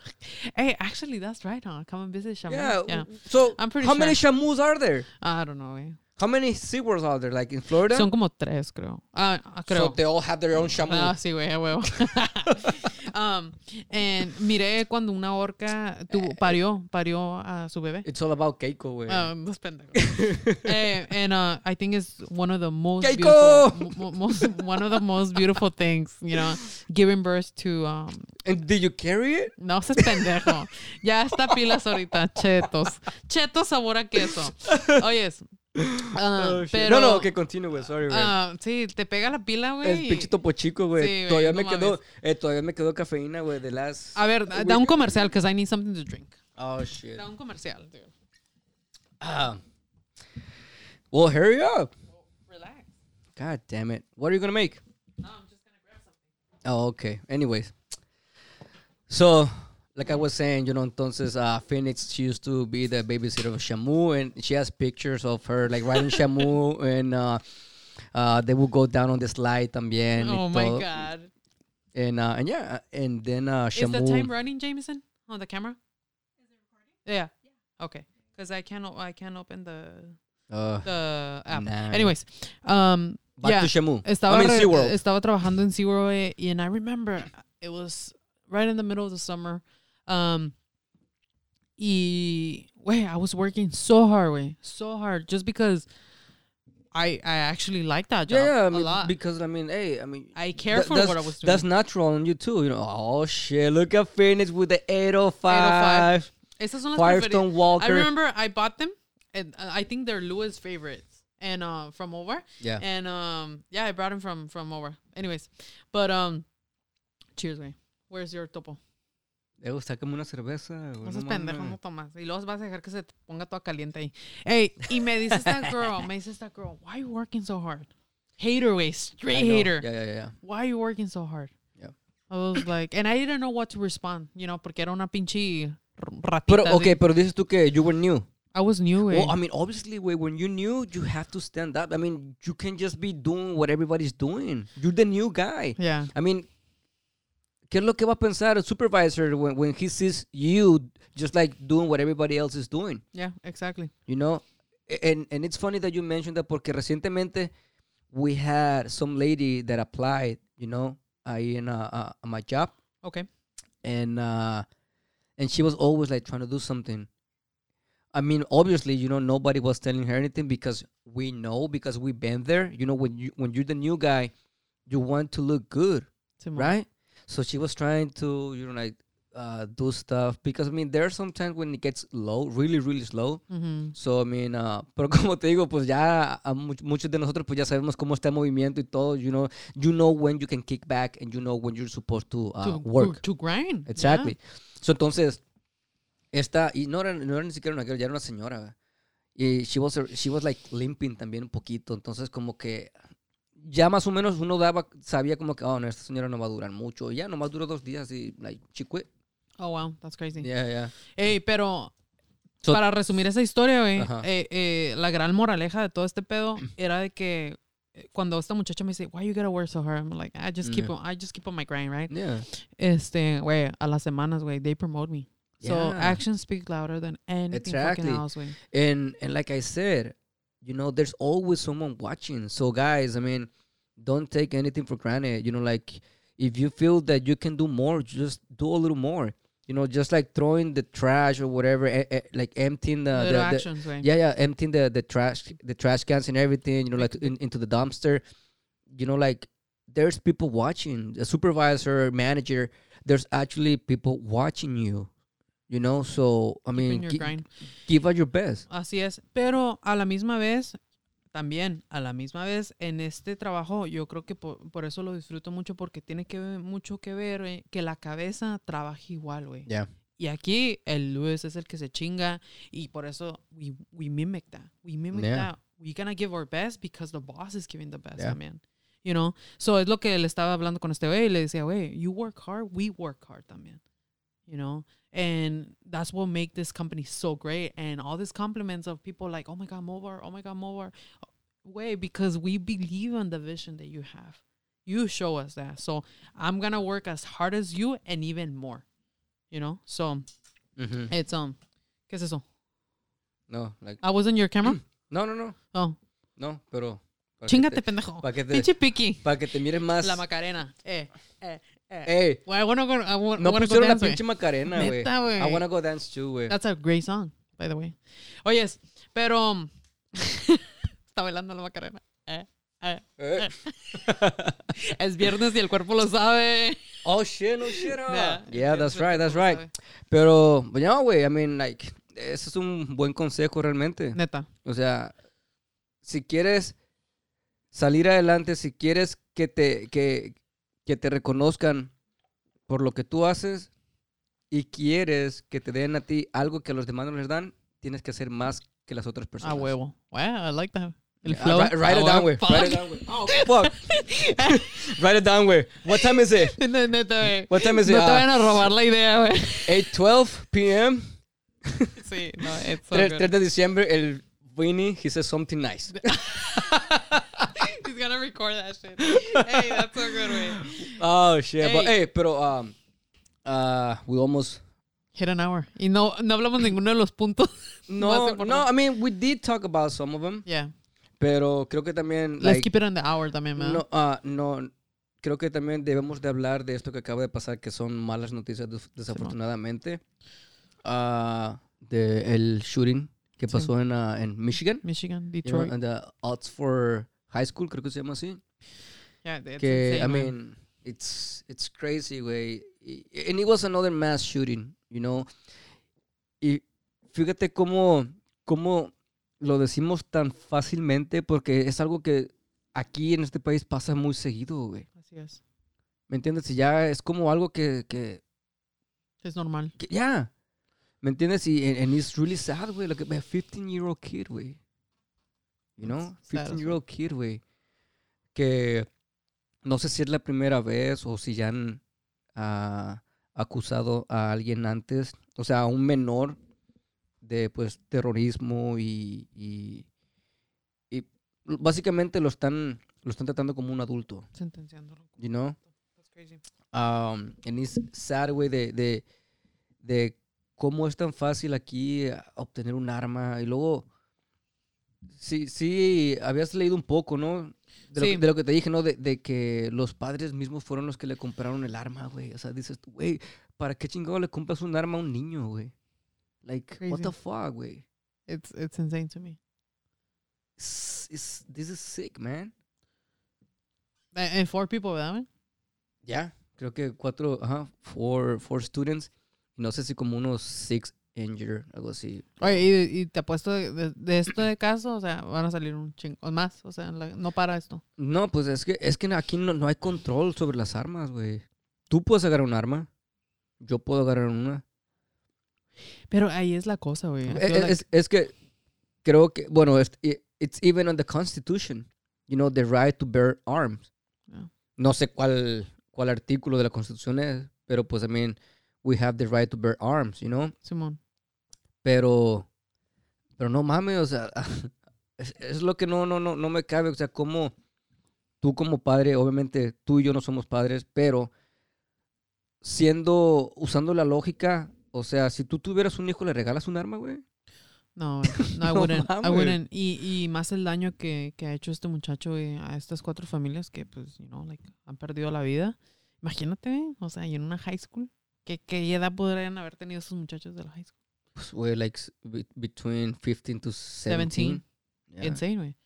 Hey, actually, that's right, huh? Come and visit Shamu. Yeah. Yeah. So I'm pretty how many Shamus are there? I don't know. Eh. How many SeaWorlds are there? Like in Florida? Son como tres, creo. Ah, ah, creo. So they all have their own Shamu. Ah, sí, güey, a huevo. um, and miré cuando una orca Eh, tuvo, parió, parió a su bebé. it's all about Keiko, güey. Um, those pendejos. Eh, and uh, I think it's one of the most Keiko! beautiful, mo- mo- most, one of the most beautiful things, you know, giving birth to um, and did you carry it? no seas pendejo. Ya está pilas ahorita, chetos, chetos sabor a queso. Oyes, ah, Oh, shit. pero no, no, que continúe, güey, sorry, güey. ah, sí, te pega la pila, El güey. pinche topo chico, güey. Sí, güey, todavía no me quedó, mames. eh, todavía me quedó cafeína, güey, de las. A ver, da un comercial, because I need something to drink. Oh shit. Da un comercial, dude. Ah. well, hurry up. Relax. God damn it. What are you gonna make? No, I'm just gonna grab something. Oh, okay. Anyways, so like I was saying, you know, entonces uh, Phoenix she used to be the babysitter of Shamu, and she has pictures of her like riding Shamu, and uh, uh, they would go down on the slide también. y oh my todo. god. And uh, and yeah, and then uh, Is Shamu. the time running, Jameson, on the camera? Is it recording? Yeah. Okay. Because I can't, o- I can't open the uh, the app. Nah. Anyways, um, back yeah, to Shamu. estaba I mean, re- SeaWorld. estaba trabajando en SeaWorld, eh, and I remember it was right in the middle of the summer. Um, y way I was working so hard, way so hard, just because I I actually like that job yeah, yeah, I a mean, lot. because I mean, hey, I mean, I care Tha- for that's, what I was doing. That's natural on you too. You know, oh shit, look at Phoenix with the 805, Esas son las preferidas. Firestone Walker. I remember I bought them, and uh, I think they're Louis favorites, and uh, from over, yeah. and um, yeah, I brought them from from over. Anyways, but um, cheers, güey. Where's your topo? Eh, güey, sácame una cerveza. güey, No no seas pendejo, mames. no tomas. Y luego vas a dejar que se te ponga toda caliente ahí. Hey, y me dice esta girl, me dice esta girl, why you working so hard? Hater, way, I straight know. hater. Yeah, yeah, yeah, yeah. Why you working so hard? Yeah. I was like, and I didn't know what to respond, you know, porque era una pinche r- ratita. Pero, así. okay, pero dices tú que you were new. I was new, güey. Well, I mean, obviously, wait, when you new, you have to stand up. I mean, you can just be doing what everybody's doing. You're the new guy. yeah. I mean, ¿qué es lo que va a pensar el supervisor when, when he sees you just like doing what everybody else is doing? Yeah, exactly. You know? A- And, and it's funny that you mentioned that porque recientemente we had some lady that applied, you know, ahí en uh, uh, a my job. Okay. and uh and she was always like trying to do something i mean obviously you know nobody was telling her anything because we know because we've been there you know when you when you're the new guy you want to look good Simón. right so she was trying to you know like uh do stuff because i mean there are sometimes when it gets low really really slow Ujú. So, I mean, uh, pero como te digo, pues ya a much- muchos de nosotros pues ya sabemos cómo está el movimiento y todo. You know, you know when you can kick back and you know when you're supposed to, uh, to, work. To, to grind. yeah. Exactly. So, entonces, esta, y no era, no era ni siquiera una girl, ya era una señora. güey. Y she was, she was like limping también un poquito. Entonces, como que ya más o menos uno daba, sabía como que, oh, no, esta señora no va a durar mucho. Y ya nomás duró dos días y, like, she quit. Oh, wow. That's crazy. Yeah, yeah. Ey, pero So- para resumir esa historia, güey, Ajá. eh, eh, la gran moraleja de todo este pedo era de que eh, cuando esta muchacha me dice, why you gotta work so hard? I'm like, I just keep Yeah. on, I just keep on my grind, right? Yeah. Este, güey, a las semanas, güey, they promote me. So Yeah. actions speak louder than anything Exactly. fucking else, güey. And and like I said, you know, there's always someone watching. So guys, I mean, don't take anything for granted. You know, like if you feel that you can do more, just do a little more. You know, just like throwing the trash or whatever, eh, eh, like emptying the, Little the, the actions, güey. yeah, yeah, emptying the the trash the trash cans and everything. You know, like in, into the dumpster. You know, like there's people watching. A supervisor, manager. There's actually people watching you. You know, so I Keeping mean, your gi- grind. give out your best. Así es, pero a la misma vez, también, a la misma vez, en este trabajo, yo creo que por, por eso lo disfruto mucho, porque tiene que ver, mucho que ver eh, que la cabeza trabaja igual, güey. Yeah. Y aquí el Luis es el que se chinga y por eso we, we mimic that. We mimic Yeah. that. We gonna give our best because the boss is giving the best Yeah. también. You know? So es lo que le estaba hablando con este güey y le decía, güey, you work hard, we work hard también. You know? And that's what make this company so great. And all these compliments of people like, oh my God, Mobar, oh my God, Mobar. Way, because we believe in the vision that you have. You show us that. So I'm gonna work as hard as you and even more. You know? So Mm-hmm. It's um, ¿qué es eso? No, like, I was in your camera. no, no, no, Oh, no, pero. para que chingate, te- pendejo. Para que, te- Pinche piqui. para que te mires más. La Macarena. Eh, eh, eh. Ey, Well, I wanna go. I wanna, no wanna go pusieron la dance, güey. pinche Macarena, güey. Neta, güey. I wanna go dance too, güey. That's a great song, by the way. Oh yes, pero um, está bailando la Macarena. Eh, eh. Eh. Es viernes y el cuerpo lo sabe. Oh shit, no shit. ah. Nah, yeah, el that's cuerpo right, that's lo right. sabe. Pero, but no, güey, I mean, like, eso es un buen consejo realmente. Neta. O sea, si quieres salir adelante, si quieres que te, que, que te reconozcan por lo que tú haces y quieres que te den a ti algo que a los demás no les dan, tienes que hacer más que las otras A personas. Ah, huevo. Wow, I like that. El Yeah, flow. write, write Ah, it down, huevo. güey. Fuck. Write it down, güey. Oh, fuck. write it down, güey. What time is it? No, neta, güey. What time is it? No te Ah, van a robar la idea, güey. 8:12 p.m. Sí, no, it's so 3, good. 3 de diciembre, el Winnie, he says something nice. He's gonna record that shit. hey, that's so good, man. Oh shit, but Hey. hey, pero um, uh, we almost Hit an hour. Y no, no hablamos ninguno de los puntos. más no, no. importantes. I mean, we did talk about some of them, Yeah. pero creo que también Let's like, keep it on the hour también, man. no, ah, no, creo que también debemos de hablar de esto que acaba de pasar, que son malas noticias des- desafortunadamente, Ah, de el shooting que Sí. pasó en ah, en Michigan, Michigan, you know, Detroit. en the Oxford High School, creo que se llama así. Yeah, it's que insane, I man. mean, it's it's crazy, way. And it was another mass shooting, you know. Y fíjate cómo cómo lo decimos tan fácilmente porque es algo que aquí en este país pasa muy seguido, güey. Así es. ¿Me entiendes? Y ya es como algo que que, Es normal. que ya. ¿Me entiendes? Y and, and it's really sad, güey. Like a 15 year old kid, güey. You know, It's sad as 15 year old kid, güey. Que no sé si es la primera vez o si ya han ah, acusado a alguien antes, o sea, a un menor de pues terrorismo y, y, y básicamente lo están, lo están tratando como un adulto, Sentenciándolo. you know? That's crazy. um, and it's sad, güey, de, de, de cómo es tan fácil aquí eh, obtener un arma. Y luego, sí, sí, habías leído un poco, ¿no? De lo, Sí. que, de lo que te dije, ¿no? De, de que los padres mismos fueron los que le compraron el arma, güey. O sea, dices, tú, güey, ¿para qué chingado le compras un arma a un niño, güey? Like, what Crazy. the fuck, güey? It's, it's insane to me. It's- it's- This is sick, man. A- And Eh, four people, ¿verdad? güey? Ya. Creo que cuatro, ajá, four, four students. No sé si como unos six injured, algo así. Oye, y, y te apuesto de, de, de este caso, o sea, van a salir un chingo o más. O sea, la- no para esto. No, pues es que, es que no- aquí no, no hay control sobre las armas, güey. Tú puedes agarrar un arma. Yo puedo agarrar una. Pero ahí es la cosa, güey. I Eh, feel eh, like- Es, es que creo que, bueno, es, i- it's even on the Constitution. You know, the right to bear arms. Yeah. No sé cuál, cuál artículo de la Constitución es, pero pues, I mean, we have the right to bear arms, you know? Simón. Pero, pero no mames, o sea, es, es lo que no, no, no, no me cabe. O sea, como tú como padre, obviamente tú y yo no somos padres, pero siendo, usando la lógica, o sea, si tú tuvieras un hijo, ¿le regalas un arma, güey? No, güey, no, I No wouldn't. I mames. wouldn't. Y, y más el daño que, que ha hecho este muchacho güey, a estas cuatro familias que, pues, you know, like, han perdido la vida. Imagínate, güey, o sea, y en una high school. ¿Qué, qué edad podrían haber tenido esos muchachos de la high school? Pues, güey, like s- be- between 15 to 17. Seventeen. Yeah. Insane, güey.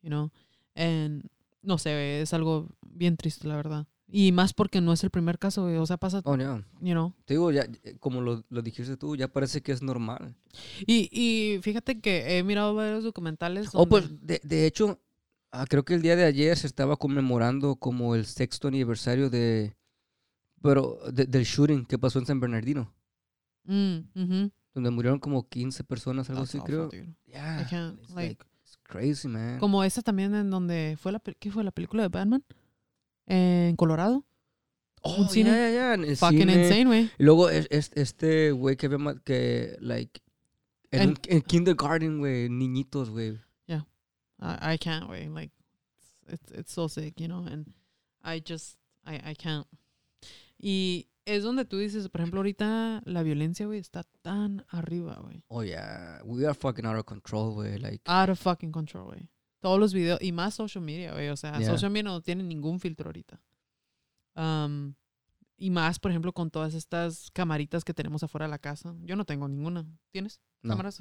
You know? And, no sé, güey, es algo bien triste, la verdad. Y más porque no es el primer caso, güey. O sea, pasa, Oh, no. you know. Te digo, ya, eh, como lo, lo dijiste tú, ya parece que es normal. Y, y fíjate que he mirado varios documentales. Oh, donde- pues, de, de hecho, ah, creo que el día de ayer se estaba conmemorando como el sexto aniversario de, pero, de- del shooting que pasó en San Bernardino, Mm, mhm. donde murieron como 15 personas, algo That's así, awful, creo. Ah, dude. Yeah, I can't, it's like, like, it's crazy, man. Como esa también en donde fue la pel- ¿qué fue la película de Batman? Eh, En Colorado. Oh, un cine? yeah, yeah, yeah, en el Fucking cine. insane, güey. Y luego es, es- este güey que vemos que, like, en, En- un- en kindergarten, güey, niñitos, güey. I, I can't, güey. Like it's it's so sick, you know, and I just I I can't. Y es donde tú dices, por ejemplo, ahorita la violencia, güey, está tan arriba, güey. Oh, yeah, we are fucking out of control, güey, like. Out of fucking control, güey. Todos los videos y más social media, güey. O sea, Yeah. social media no tiene ningún filtro ahorita. Am, y más, por ejemplo, con todas estas camaritas que tenemos afuera de la casa. Yo no tengo ninguna. ¿Tienes? No. cámaras.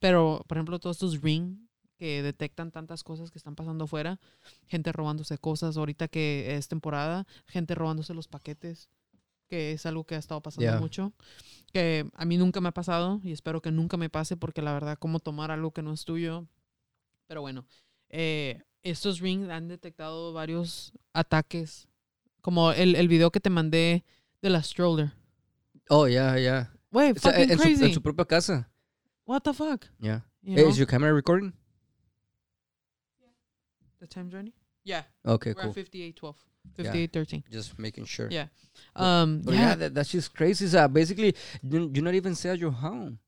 Pero, por ejemplo, todos estos ring que detectan tantas cosas que están pasando afuera, gente robándose cosas, ahorita que es temporada, gente robándose los paquetes, que es algo que ha estado pasando Yeah. mucho, que a mí nunca me ha pasado y espero que nunca me pase porque la verdad, cómo tomar algo que no es tuyo. Pero bueno, eh, estos rings han detectado varios ataques, como el, el video que te mandé de la stroller. Oh, yeah, yeah. Wey, O sea, fucking en, su, en crazy. su Eh, propia casa. What the fuck? Yeah. You Hey, know? is your camera recording? The time journey? Yeah, Okay, we're cool. at 5812. Yeah. 5813. Just making sure. Yeah. Oh, Um, But yeah, yeah. that, that's just crazy. So uh, basically, you, you're not even say at your home,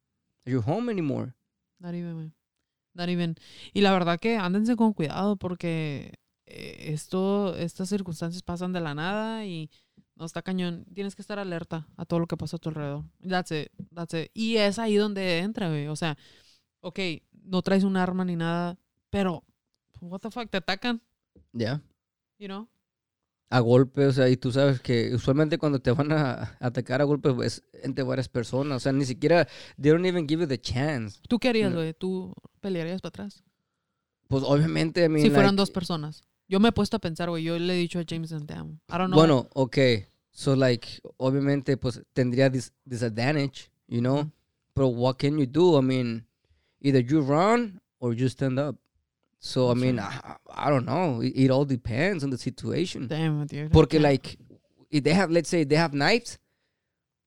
at your home anymore. Not even, man. Not even. Y la verdad que ándense con cuidado porque eh, esto, estas circunstancias pasan de la nada y no está cañón. Tienes que estar alerta a todo lo que pasa a tu alrededor. That's it. That's it. Y es ahí donde entra, güey. O sea, ok, no traes un arma ni nada, pero, what the fuck, te atacan, Yeah. you know? A golpes, o sea, y tú sabes que usualmente cuando te van a atacar a golpes es entre varias personas. O sea, ni siquiera, they don't even give you the chance. ¿Tú qué harías, No. güey? ¿Tú pelearías para atrás? Pues obviamente, I mean, si fueran like, dos personas. Yo me he puesto a pensar, güey. Yo le he dicho a Jameson, te amo. I don't know. Bueno, ok. So, like, obviamente, pues tendría this disadvantage, you know? Pero what can you do? I mean, either you run or you stand up. So, I That's mean, I, I don't know. It, it all depends on the situation. Damn, dude. Porque, Yeah. like, if they have, let's say, they have knives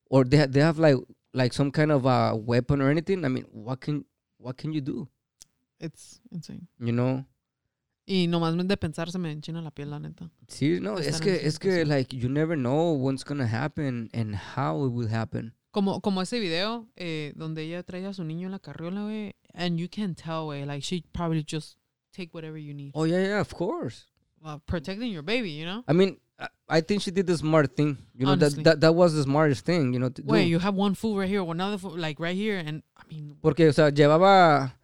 or they, ha- they have, like, like some kind of a weapon or anything, I mean, what can what can you do? It's insane. You know? Y nomás de pensar se me enchina la piel, la neta. Sí, no, es Estar en que, esa es que, situación. like, you never know what's gonna happen and how it will happen. Como, como ese video eh, donde ella trae a su niño en la carriola, güey. And you can tell, güey. Like, she probably just take whatever you need. Oh yeah, yeah, of course. While protecting your baby, you know? I mean, I, I think she did the smart thing. You know, Honestly. that, that that was the smartest thing. You know, to do. Wait, you have one fool right here, one other fool, like right here. And I mean, porque o sea llevaba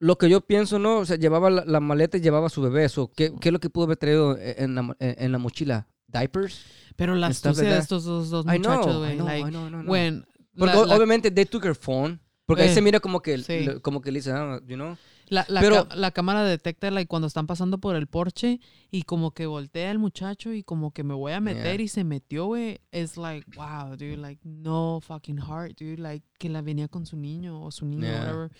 lo que yo pienso, no, o sea llevaba la, la maleta y llevaba su bebé. So, ¿qué, ¿Qué es lo que pudo haber traído e- en la, mo- en en la mochila? Diapers. pero la Stuff astucia like de that. estos dos, dos I know, muchachos, I güey. know, Like, I know, I know, I know. when. Porque la- o- la- obviamente they took her phone. Porque ahí Eh, se mira como que, sí. le- como que le dice, ah, you know. La, la, Pero- ca- la cámara detecta like, cuando están pasando por el porche y como que voltea el muchacho y como que me voy a meter Yeah. y se metió, güey. Es like, wow, dude, like, no fucking heart, dude. Like, que la venía con su niño o su niño, Yeah. whatever.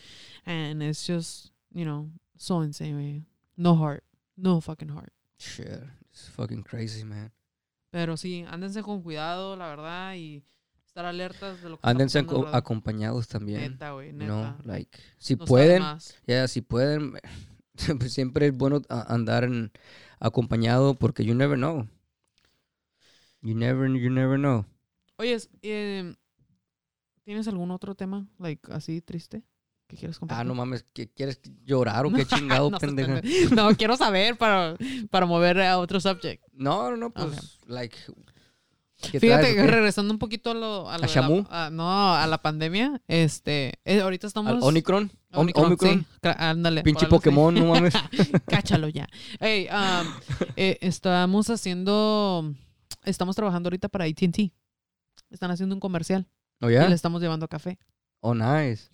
And it's just, you know, so insane, güey. No heart. No fucking heart. Shit, it's fucking crazy, man. Pero sí, ándense con cuidado, la verdad, y estar alertas de lo que está Andense pasando aco- alrededor. acompañados también. Neta, güey, you neta. know, like, si No está de pueden, más. ya, si pueden, pues siempre es bueno a- andar en- acompañado porque you never know. You never, you never know. Oye, es- em, ¿tienes algún otro tema, like, así triste que quieres compartir? Ah, no mames, ¿qué, ¿quieres llorar o qué chingado, No, seas pendeja? pendeja. No, quiero saber para, para mover a otro subject. No, no, no, pues, like. ¿qué Fíjate, traes o qué? regresando un poquito a lo... ¿A, lo de la- Shamu? a- no, a la pandemia. Este, eh, ahorita Al estamos... Omicron, Om- Omicron, sí. Omicron, Cra- ándale. pinche por algo así. Pokémon, no mames. Cáchalo ya. Ey, um, eh, estamos haciendo... Estamos trabajando ahorita para AT&T. Están haciendo un comercial Oh, y le yeah? estamos llevando café. Oh, nice.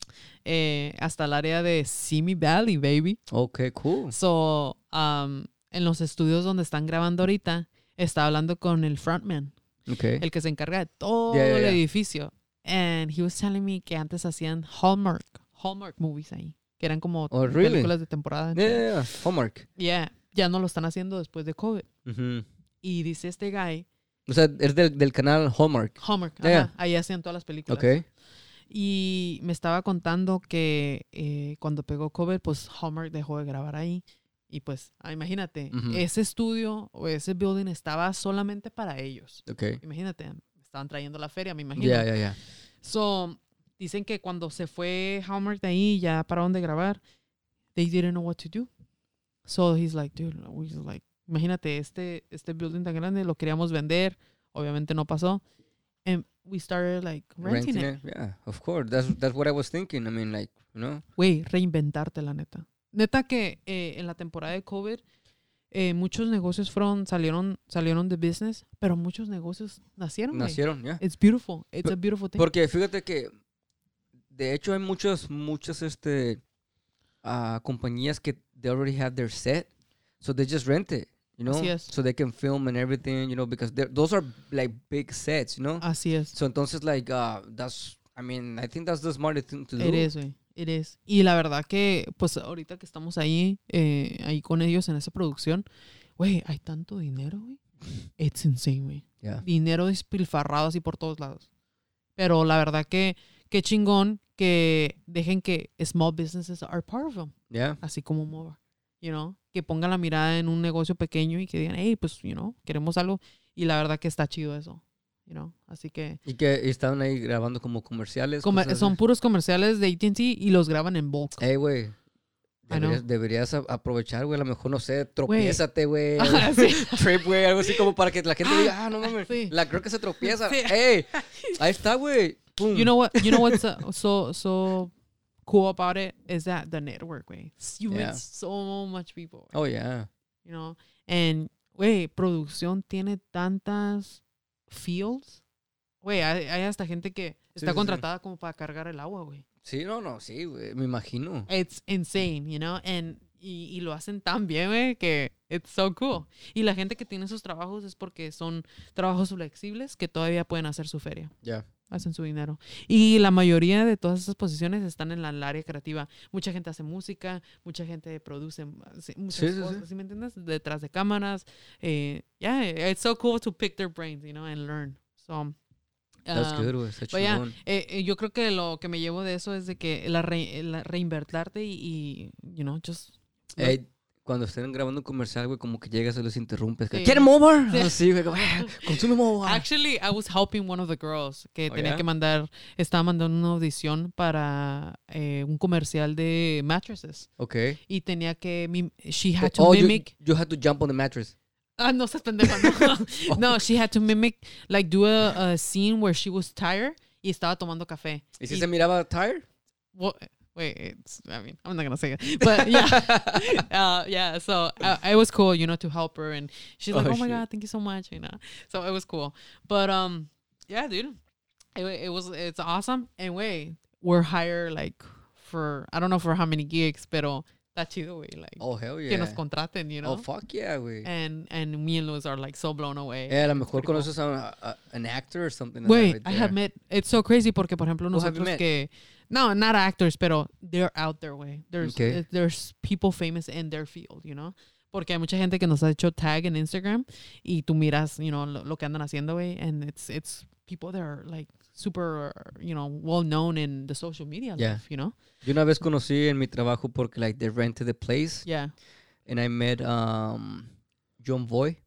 eh, hasta el área de Simi Valley, baby. Okay, cool. So, um, en los estudios donde están grabando ahorita, está hablando con el frontman, Okay. el que se encarga de todo Yeah, yeah, el yeah. edificio. And he was telling me que antes hacían Hallmark, Hallmark movies ahí, que eran como Oh, really? películas de temporada. Yeah, yeah, yeah. Homework. Yeah, ya no lo están haciendo después de COVID. Ujú. Y dice este guy, O sea, es del, del canal Hallmark. Hallmark, Yeah. ajá, ahí hacían todas las películas. Ok. Y me estaba contando que eh, cuando pegó COVID, pues Hallmark dejó de grabar ahí. Y pues, ah, imagínate, Ujú. ese estudio o ese building estaba solamente para ellos. Ok. Imagínate, estaban trayendo la feria, me imagino. Ya, ya, ya. So, dicen que cuando se fue Hallmark de ahí, ya pararon de grabar, they didn't know what to do. So he's like, dude, we just like, imagínate, este, este building tan grande lo queríamos vender, obviamente no pasó. And we started like renting, Renting it. it. Yeah, of course. That's, that's what I was thinking. I mean, like, you know. Güey, reinventarte, la neta. Neta que eh, en la temporada de COVID, eh, muchos negocios fueron, salieron, salieron de business, pero muchos negocios nacieron, güey. Nacieron, ya. It's beautiful. It's Pe- a beautiful thing. Porque fíjate que, de hecho, hay muchas, muchas, este, ah, compañías que they already have their set. So they just rent it, you know. Así es. So they can film and everything, you know, because they're- those are, like, big sets, you know. Así es. So entonces, like, uh, that's, I mean, I think that's the smartest thing to do. Eres, güey. Eres. Y la verdad que, pues ahorita que estamos ahí, eh, ahí con ellos en esa producción, güey, hay tanto dinero, güey. It's insane, güey. Yeah. dinero despilfarrado así por todos lados. Pero la verdad que qué chingón que dejen que small businesses are part of 'em. them, Yeah. así como MOVA, you know, que pongan la mirada en un negocio pequeño y que digan, hey, pues, you know, queremos algo. Y la verdad que está chido eso, you know, así que Y que estaban ahí grabando como comerciales. comer- cosas son así. puros comerciales de AT&T y los graban en bulk. Ey, güey. I know. Deberías, deberías a- aprovechar, güey. A lo mejor, no sé, tropiézate, güey. Ajá, sí. Trip, güey. Algo así como para que la gente diga, ah, no mames. sí. La creo que se tropieza. Sí. Ey, ahí está, güey. Pum. You know what? You know what's uh, so so cool about it is that the network, way. You Yeah. meet so much people. Oh, yeah. you know. And, güey, producción tiene tantas fields. Güey, hay, hay hasta gente que Sí, está sí, contratada como para cargar el agua, güey. Sí, no, no, sí, güey. Me imagino. It's insane, you know. And, y, y lo hacen tan bien, güey, que it's so cool. Y la gente que tiene esos trabajos es porque son trabajos flexibles que todavía pueden hacer su feria. Ya. Hacen su dinero. Y la mayoría de todas esas posiciones están en la, el área creativa. Mucha gente hace música, mucha gente produce hace muchas Sí, sí, sí. cosas, sí. me entiendes? Detrás de cámaras. Eh, yeah, it's so cool to pick their brains, you know, and learn. So, um, That's good, güey. Está but yeah, chingón. eh, eh, yo creo que lo que me eh, llevo de eso es de que la, re- la reinvertirte y, y, you know, just Ey, cuando estén grabando un comercial, güey, como que llegas y los interrumpes. que, Sí. "Get 'em over! Así, güey, como, "Ah, consume over. Actually, I was helping one of the girls que Oh, tenía yeah? que mandar, estaba mandando una audición para eh, un comercial de mattresses Ok. y tenía que, mim- she had to Oh, you, mimic. you had to jump on the mattress. Ah, no, estás pendeja, Oh, no. no, she had to mimic, like do a, a scene where she was tired y estaba tomando café. ¿Y si Y- se miraba tired? well, wait, it's, I mean, I'm not gonna say it, but yeah, uh, yeah. So uh, it was cool, you know, to help her, and she's like, Oh, "Oh my shit. god, thank you so much," you know. So it was cool, but um, yeah, dude, it, wa- it was it's awesome. And wait, we're higher like for I don't know for how many gigs, pero that chido way like Oh, hell yeah. que nos contraten, you know. Oh, fuck yeah, güey. and and me and Louis are like so blown away. Eh, a lo mejor pretty cool. conoces a, a- an actor or something. like that Wait, right I have there. met. It's so crazy porque, por ejemplo, Who have you nosotros met? que no, not actors, pero they're out their way. There's Okay. eh, there's people famous in their field, you know. Porque hay mucha gente que nos ha hecho tag en Instagram y tú miras, you know, lo, lo que andan haciendo, güey, and it's it's people that are like super, you know, well known in the social media Yeah. life, you know. Yo una vez conocí en mi trabajo porque, like, they rented the place Yeah, and I met um, John Boy.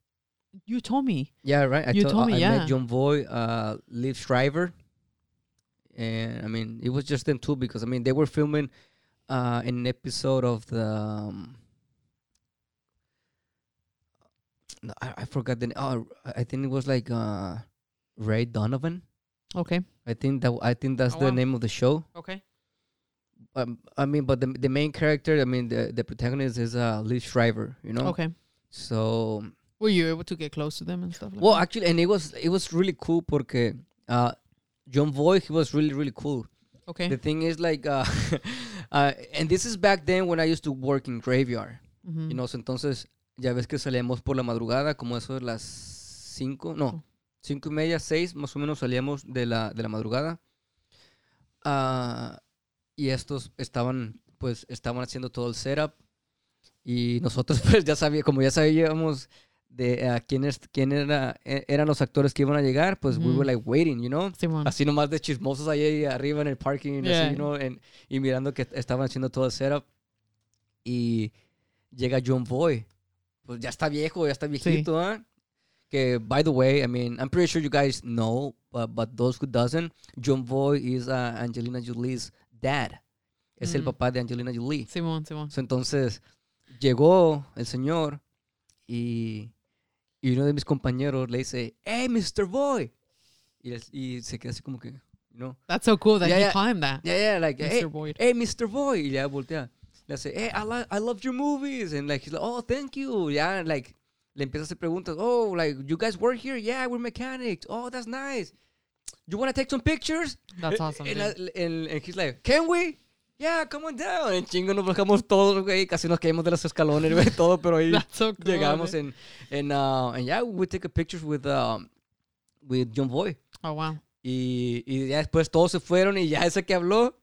you told me. Yeah, right. I You told- told I- me, I yeah. met John Boy, uh, Liv Shriver, and I mean it was just them two because I mean they were filming uh, an episode of the. Um, no, I, I forgot the. n- Oh, I think it was like uh, Ray Donovan. Okay, I think that I think that's Oh, the wow. name of the show. okay. Um, I mean, but the the main character, I mean, the the protagonist is uh, Liv Shriver. You know. Okay. So Were you able to get close to them and stuff? Like Well, that? actually, and it was it was really cool porque uh, John Boy he was really really cool. okay. The thing is like, uh, uh, and this is back then when I used to work in graveyard. Mhm. You know, so entonces ya ves que salíamos por la madrugada como eso de las cinco, no, cinco y media, seis más o menos salíamos de la de la madrugada. Ah, y estos estaban pues estaban haciendo todo el setup y nosotros pues ya sabía como ya sabíamos de a quién es- quién era e- eran los actores que iban a llegar pues we Ujú. were like waiting you know Simón. así nomás de chismosos ahí arriba en el parking así, Yeah. you know, en- y mirando que estaban haciendo todo el setup y llega John Boy pues ya está viejo ya está viejito ¿ah? que by the way I mean I'm pretty sure you guys know but, but those who doesn't John Boy is uh, Angelina Jolie's dad es el Mm. papá de Angelina Jolie Simón. Simón. So, entonces llegó el señor y, y uno de mis compañeros le dice, hey, Mr. Boy. Y, es- y se queda así como que, no. That's so cool that Yeah, you yeah. climbed that, Yeah, yeah, like, hey, Mr. Boyd. hey, Mr. Boy. Y ya voltea. Le hace, hey, I, lo- I loved your movies. And like, he's like, oh, thank you. Ya, like, le empieza a hacer preguntas. Oh, like, you guys work here? Yeah, we're mechanics. Oh, that's nice. You want to take some pictures? That's awesome. And, dude. I- and- and he's like, can we? Yeah, come on down. En chingo nos bajamos todos, güey. Casi nos caímos de los escalones, güey, todo. Pero ahí That's so cool. llegamos. dude. And, and, uh, and yeah, we take a picture with, um, with John Boy. Oh wow. Y, y ya después todos se fueron y ya ese que habló.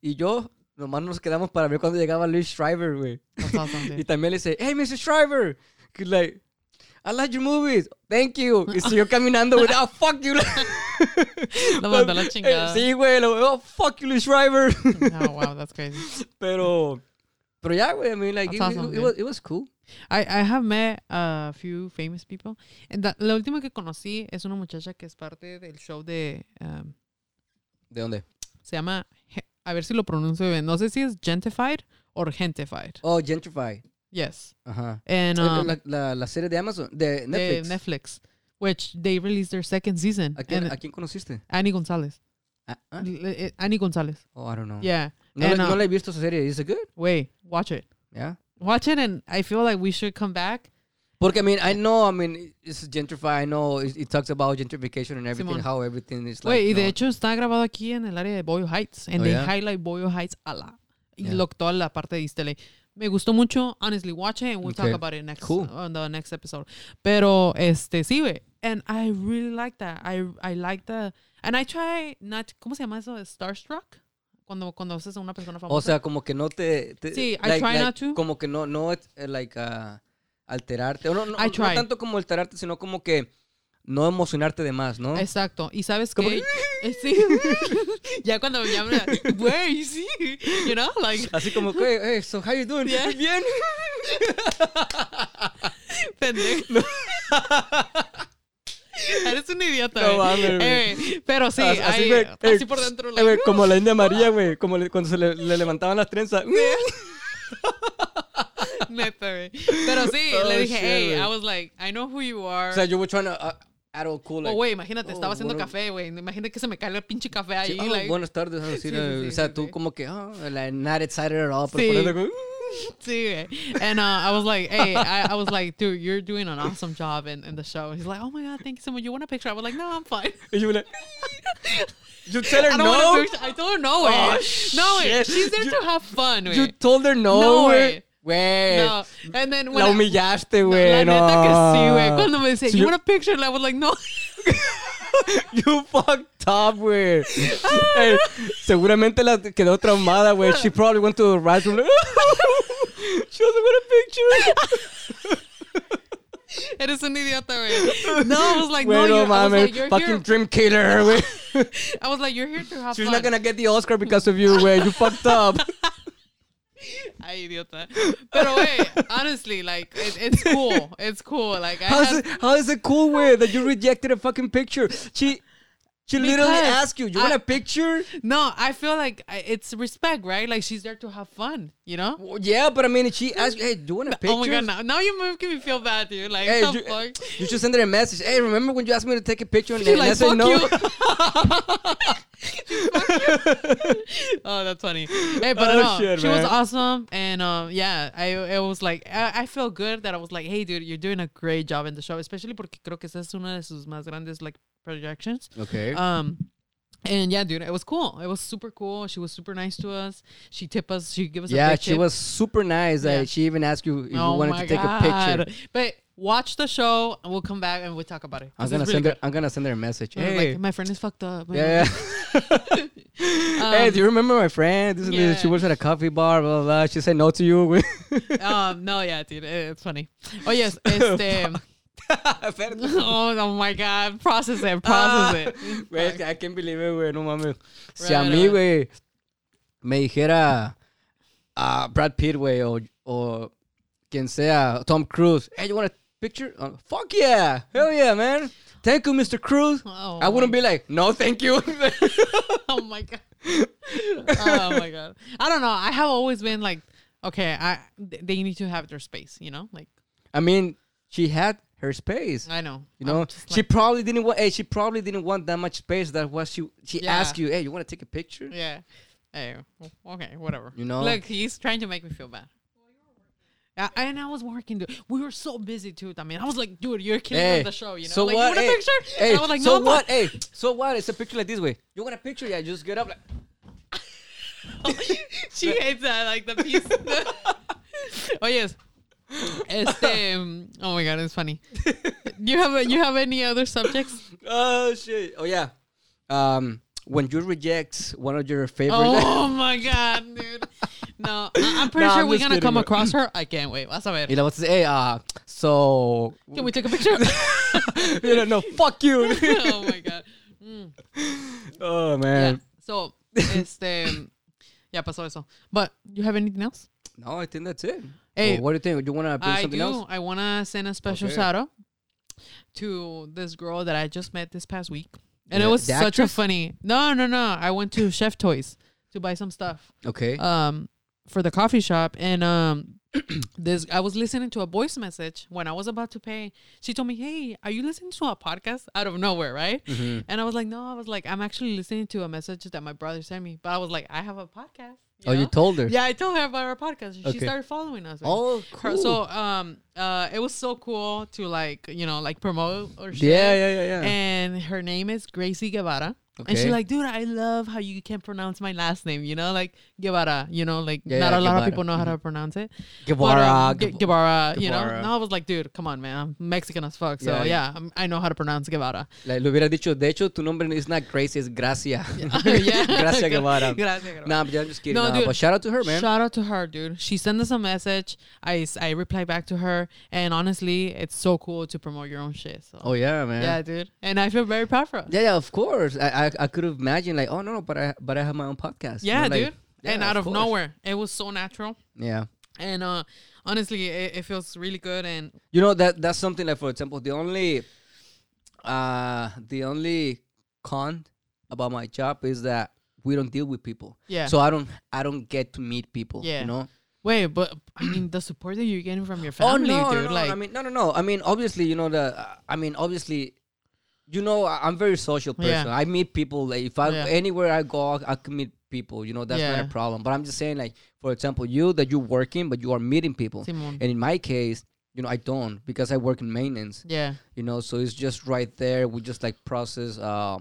Y yo, nomás nos quedamos para ver cuando llegaba Luis Shriver, güey. That's awesome. Y Dude. también le dice, hey, Mr. Shriver. He's like, I like your movies. Thank you. Y siguió caminando, güey. Ah, fuck you. Lo mandó a la Eh, chingada. Sí, güey. lo- Oh, fuck you, Luis Shriver. Oh wow, that's crazy. Pero, pero ya, güey, I mean, like, That's it, awesome, it- it dude. was, it was cool. I, I have met a few famous people. And that- la última que conocí es una muchacha que es parte del show de um, ¿De dónde? se llama Ge- a ver si lo pronuncio bien. No sé si es gentified or gentified. Oh, Gentrify. Yes. Ajá. And Eh, um, la, la, la serie de Amazon, de de Netflix. Netflix, which they released their second season. ¿A, quién, and ¿A quién conociste? Annie González. Ah, ah. L- eh, Annie González. Oh, I don't know. Yeah. No, and, la, no uh, la he visto esa serie. ¿Is it good? Wait, watch it. Yeah. Watch it and I feel like we should come back Porque, I mean, I know, I mean, it's Gentrify. I know it, it talks about gentrification and everything, Simón. how everything is like. Güey, y no. de hecho está grabado aquí en el área de Boyle Heights. And Oh, they yeah? highlight Boyle Heights a la. Y Yeah. lo- toda la parte de East LA. Me gustó mucho. Honestly, watch it and we'll Okay. talk about it next Cool. on the next episode. Pero este sí, güey. And I really like that. I I like the and I try not ¿Cómo se llama eso? Starstruck? Cuando cuando haces a una persona famosa. O sea, como que no te. te- Sí, I try not to. Como que no, no, eh, like, ah, alterarte. O no, no, I no try. tanto como alterarte, sino como que no emocionarte de más, ¿no? Exacto. Y sabes Como que sí. ya cuando me llaman, güey, sí. You know, like Así como que, hey, so how you doing? Yeah. Bien. Pendejo. Eres un idiota. No eh. mames, güey. Eh, pero sí, Así, así, así, güey, eh, por dentro. eh, güey, como la India María, güey. Como le- cuando se le, le levantaban las trenzas. like, neta, güey. Pero sí, Oh, le dije, shit, hey, güey. I was like, I know who you are. o sea, yo were trying to uh, add all cool. oh, like, güey, imagínate, oh, estaba haciendo bueno. café, güey. Imagínate que se me cae el pinche café ahí. sí, oh, like, buenas tardes. ah, sí, Sí, sí, eh, o sí, sea, sí, tú sí. como que, ah, like, not excited at all. Pero Sí. poniendo como, Sí, güey. And uh, I was like, hey, I, I was like, dude, you're doing an awesome job in, in the show. And he's like, oh my God, thank you so much. You want a picture? I was like, no, I'm fine. y yo, like, you tell I her don't want no. a picture. I told her no, Oh, way. no, way. shit. She's there You- to have fun, You güey. told her no, No, güey. Güey. No. And then when Eh, La I- humillaste, No, güey. La neta que sí, güey. no. Cuando me decía, you Sí, yo- want a picture? And I was like, no. You fucked up, güey. Ey, seguramente la quedó traumada, güey. She probably went to the restroom. She doesn't want a picture. Eres un idiota, güey. No, I was like, Güey, no, no you're, I, was like, mames. you're Fucking here, dream killer, güey. I was like, you're here to have She's fun. not gonna get the Oscar because of you, güey. You fucked up. Ay, idiota. Pero, güey, honestly, like, it, it's cool. It's cool. Like, I How is have- it, how is it cool, güey, that you rejected a fucking picture? She. She literally Because asked you, "You want I- a picture?" no, I feel like I- it's respect, right? Like, she's there to have fun, you know? Well, yeah, but I mean, she asked, you, "Hey, do you want a picture?" Oh my god, now, now you're making me feel bad, dude. Like, Hey, the Eh, you, fuck? you should send her a message. Hey, remember when you asked me to take a picture and, She's and I like, said fuck no? you. oh, that's funny. Hey, but Oh, no, shit, she man. was awesome, and um, yeah, I it was like I, I feel good that I was like, hey, dude, you're doing a great job in the show, especially porque creo que esa es una de sus más grandes like projections. Okay. Um. And yeah, dude, it was cool. It was super cool. She was super nice to us. She tipped us. She gave us a Yeah, big she tip. was super nice. Yeah. Uh, she even asked you if Oh you wanted my to take a God. picture. But watch the show, and we'll come back and we'll talk about it. I'm 'cause gonna it's send really her. I'm gonna send her a message. good. Hey, Like, my friend is fucked up. yeah. hey, do you Um, remember my friend? This and this. She yeah. works at a coffee bar. Blah blah. blah. She said no to you. um, no, yeah, dude, eh, it's funny. Oh yes, este. oh, oh my God, process it, Ah. process it. Güey, I can't believe it, güey. No mames. Si Right, a mí, right. güey, me dijera a Brad Pitt, güey, o, o quien sea, Tom Cruise, hey, you want a picture? Oh, fuck yeah. Hell yeah, man. Thank you, Mr. Cruz. Oh, I wouldn't be like, no, thank you. oh my God. oh my God. I don't know. I have always been like, okay, I th- they need to have their space, you know. Like I mean, she had her space. I know, You know, I'm just she like- probably didn't want. Hey, she probably didn't want that much space. That was she. She Yeah. asked you, "Hey, you want to take a picture?" yeah. Hey, w- okay, whatever. You know? look, he's trying to make me feel bad. I, and I was working. Dude. We were so busy too. I mean, I was like, dude, you're killing me on the show. You know, So like, what? you want Hey, a picture? Hey, and I was like, so no, I'm not." what? Hey, so what? It's a picture like this way. You want a picture? Yeah, just get up. Like, She hates that, like the piece. oh yes. Este, um, oh my god, it's funny. You have a, you have any other subjects? oh shit. Oh yeah. Um, when you reject one of your favorite. Oh my god, dude. No, I- I'm pretty No, sure I'm we're just gonna kidding, come bro. across her. I can't wait. Vas a You ver. know what's hey uh so Can we take a picture? you know no fuck you oh my god. oh Yeah. man So, este, um, ya pasó eso. But you have anything else? no I think that's it Hey, Well, what do you think do you want to bring I something do. else I want to send a special Okay. shout out to this girl that I just met this past week, and it Yeah, was the such a actress? funny. No, no, no. I went to Chef Toys to buy some stuff okay um for the coffee shop, and um this I was listening to a voice message when I was about to pay. She told me, "Hey, are you listening to a podcast out of nowhere?" Right, Mm-hmm. and I was like, "No, I was like, I'm actually listening to a message that my brother sent me." But I was like, "I have a podcast." oh you know? told her Yeah, I told her about our podcast. and She Okay. started following us. oh Her- cool So um uh it was so cool to like you know like promote or shit. yeah yeah yeah yeah And her name is Gracie Guevara. And Okay. she's like, dude, I love how you can pronounce my last name. You know, like Guevara. You know, like Yeah, not yeah, a lot Guevara. Mm-hmm. of people know how to pronounce it. But, Guevara um, Gu- Gu- Guevara. You know, Guevara. and I was like, dude, come on, man, I'm Mexican as fuck. So Yeah, yeah, yeah. I'm- i know how to pronounce Guevara. Le, le hubiera dicho, de hecho, tu nombre es not Gracie, es Gracia. yeah, Gracia Guevara. Gracias, Guevara. Nah, but yeah, I'm just kidding. No, nah, dude. but shout out to her, man. Shout out to her, dude. She sent us a message. I, s- I replied back to her. And honestly, it's so cool to promote your own shit. So. oh, yeah, man. Yeah, dude. And I feel very proud for us. yeah, yeah, of course. I, I, I could have imagined, like, oh, no, no, but I, but I have my own podcast. You Yeah, know, like, dude. and yeah, out of course. nowhere, it was so natural. Yeah. And uh, honestly, it, it feels really good. And You know that that's something like for example, the only uh the only con about my job is that we don't deal with people. Yeah. So I don't I don't get to meet people. Yeah. You know? wait, but I mean, the support that you're getting from your family, oh no, dude. no, no, like, I mean no no no. I mean obviously you know the uh, I mean obviously you know I- I'm very social Yeah. person. I meet people like if I Yeah. anywhere I go I can meet people, you know, that's not Yeah. a problem. But I'm just saying like for example, you that you're working but you are meeting people. Simon. And in my case, you know, I don't because I work in maintenance. yeah, you know so it's just right there we just like process uh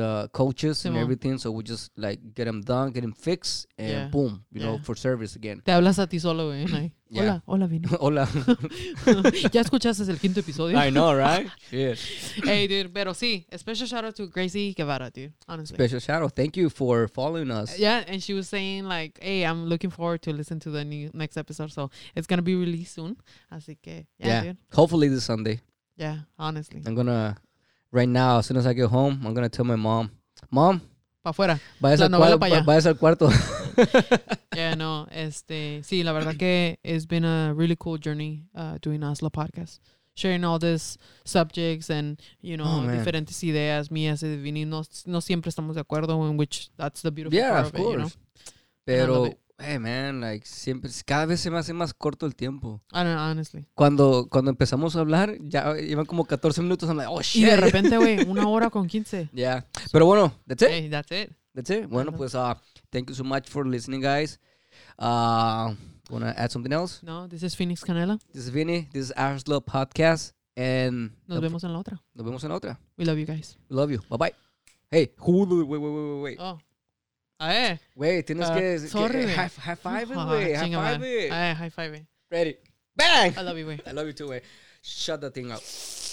the coaches and Simón. everything so we just like get them done get them fixed and Yeah. boom you know Yeah. for service again te hablas a ti solo, güey. like, Yeah. Hola, hola, Vini. hola ya escuchaste el quinto episodio. know right yeah hey, dude, pero sí, a special shout out to Gracie Guevara, dude. Honestly. special shout out thank you for following us yeah, and she was saying like, "Hey, I'm looking forward to listen to the new next episode, so it's gonna be released soon." Así que, yeah, Yeah. dude. hopefully this sunday yeah, honestly, i'm gonna right now as soon as i get home i'm gonna tell my mom mom pa fuera. vayas La al, novela cua- pa' allá." vayas al cuarto yeah, no, este, sí, la verdad que it's been a really cool journey uh, doing Asla podcast, sharing all these subjects and you know Oh, man. diferentes ideas mías y de Vini. No, no siempre estamos de acuerdo, in which that's the beautiful yeah part of of, it, you know. course And I love pero hey man like siempre cada vez se me hace más corto el tiempo I don't know, honestly. cuando, cuando empezamos a hablar, ya iban como 14 minutos. I'm like, oh Y shit. de repente, güey, una hora con quince. Yeah. Pero bueno, that's it. Hey, that's it. That's it. Bueno, Anda. pues, uh, thank you so much for listening, guys. Uh, wanna add something else? No, this is Phoenix Canela. This is Vinny. This is Ash Love Podcast. And Nos vemos en la otra. nos vemos en la otra. We love you guys. Love you. Bye bye. Hey, Hulu. Wait, wait, wait, wait, wait. Oh. Ae. Wait, tienes Ah, que, que- sorry. high, high five it, Ah, güey. High chinga five madre. it. Ae, high five. eh. Ready. Bang. I love you, güey. I love you too, güey. Shut that thing up.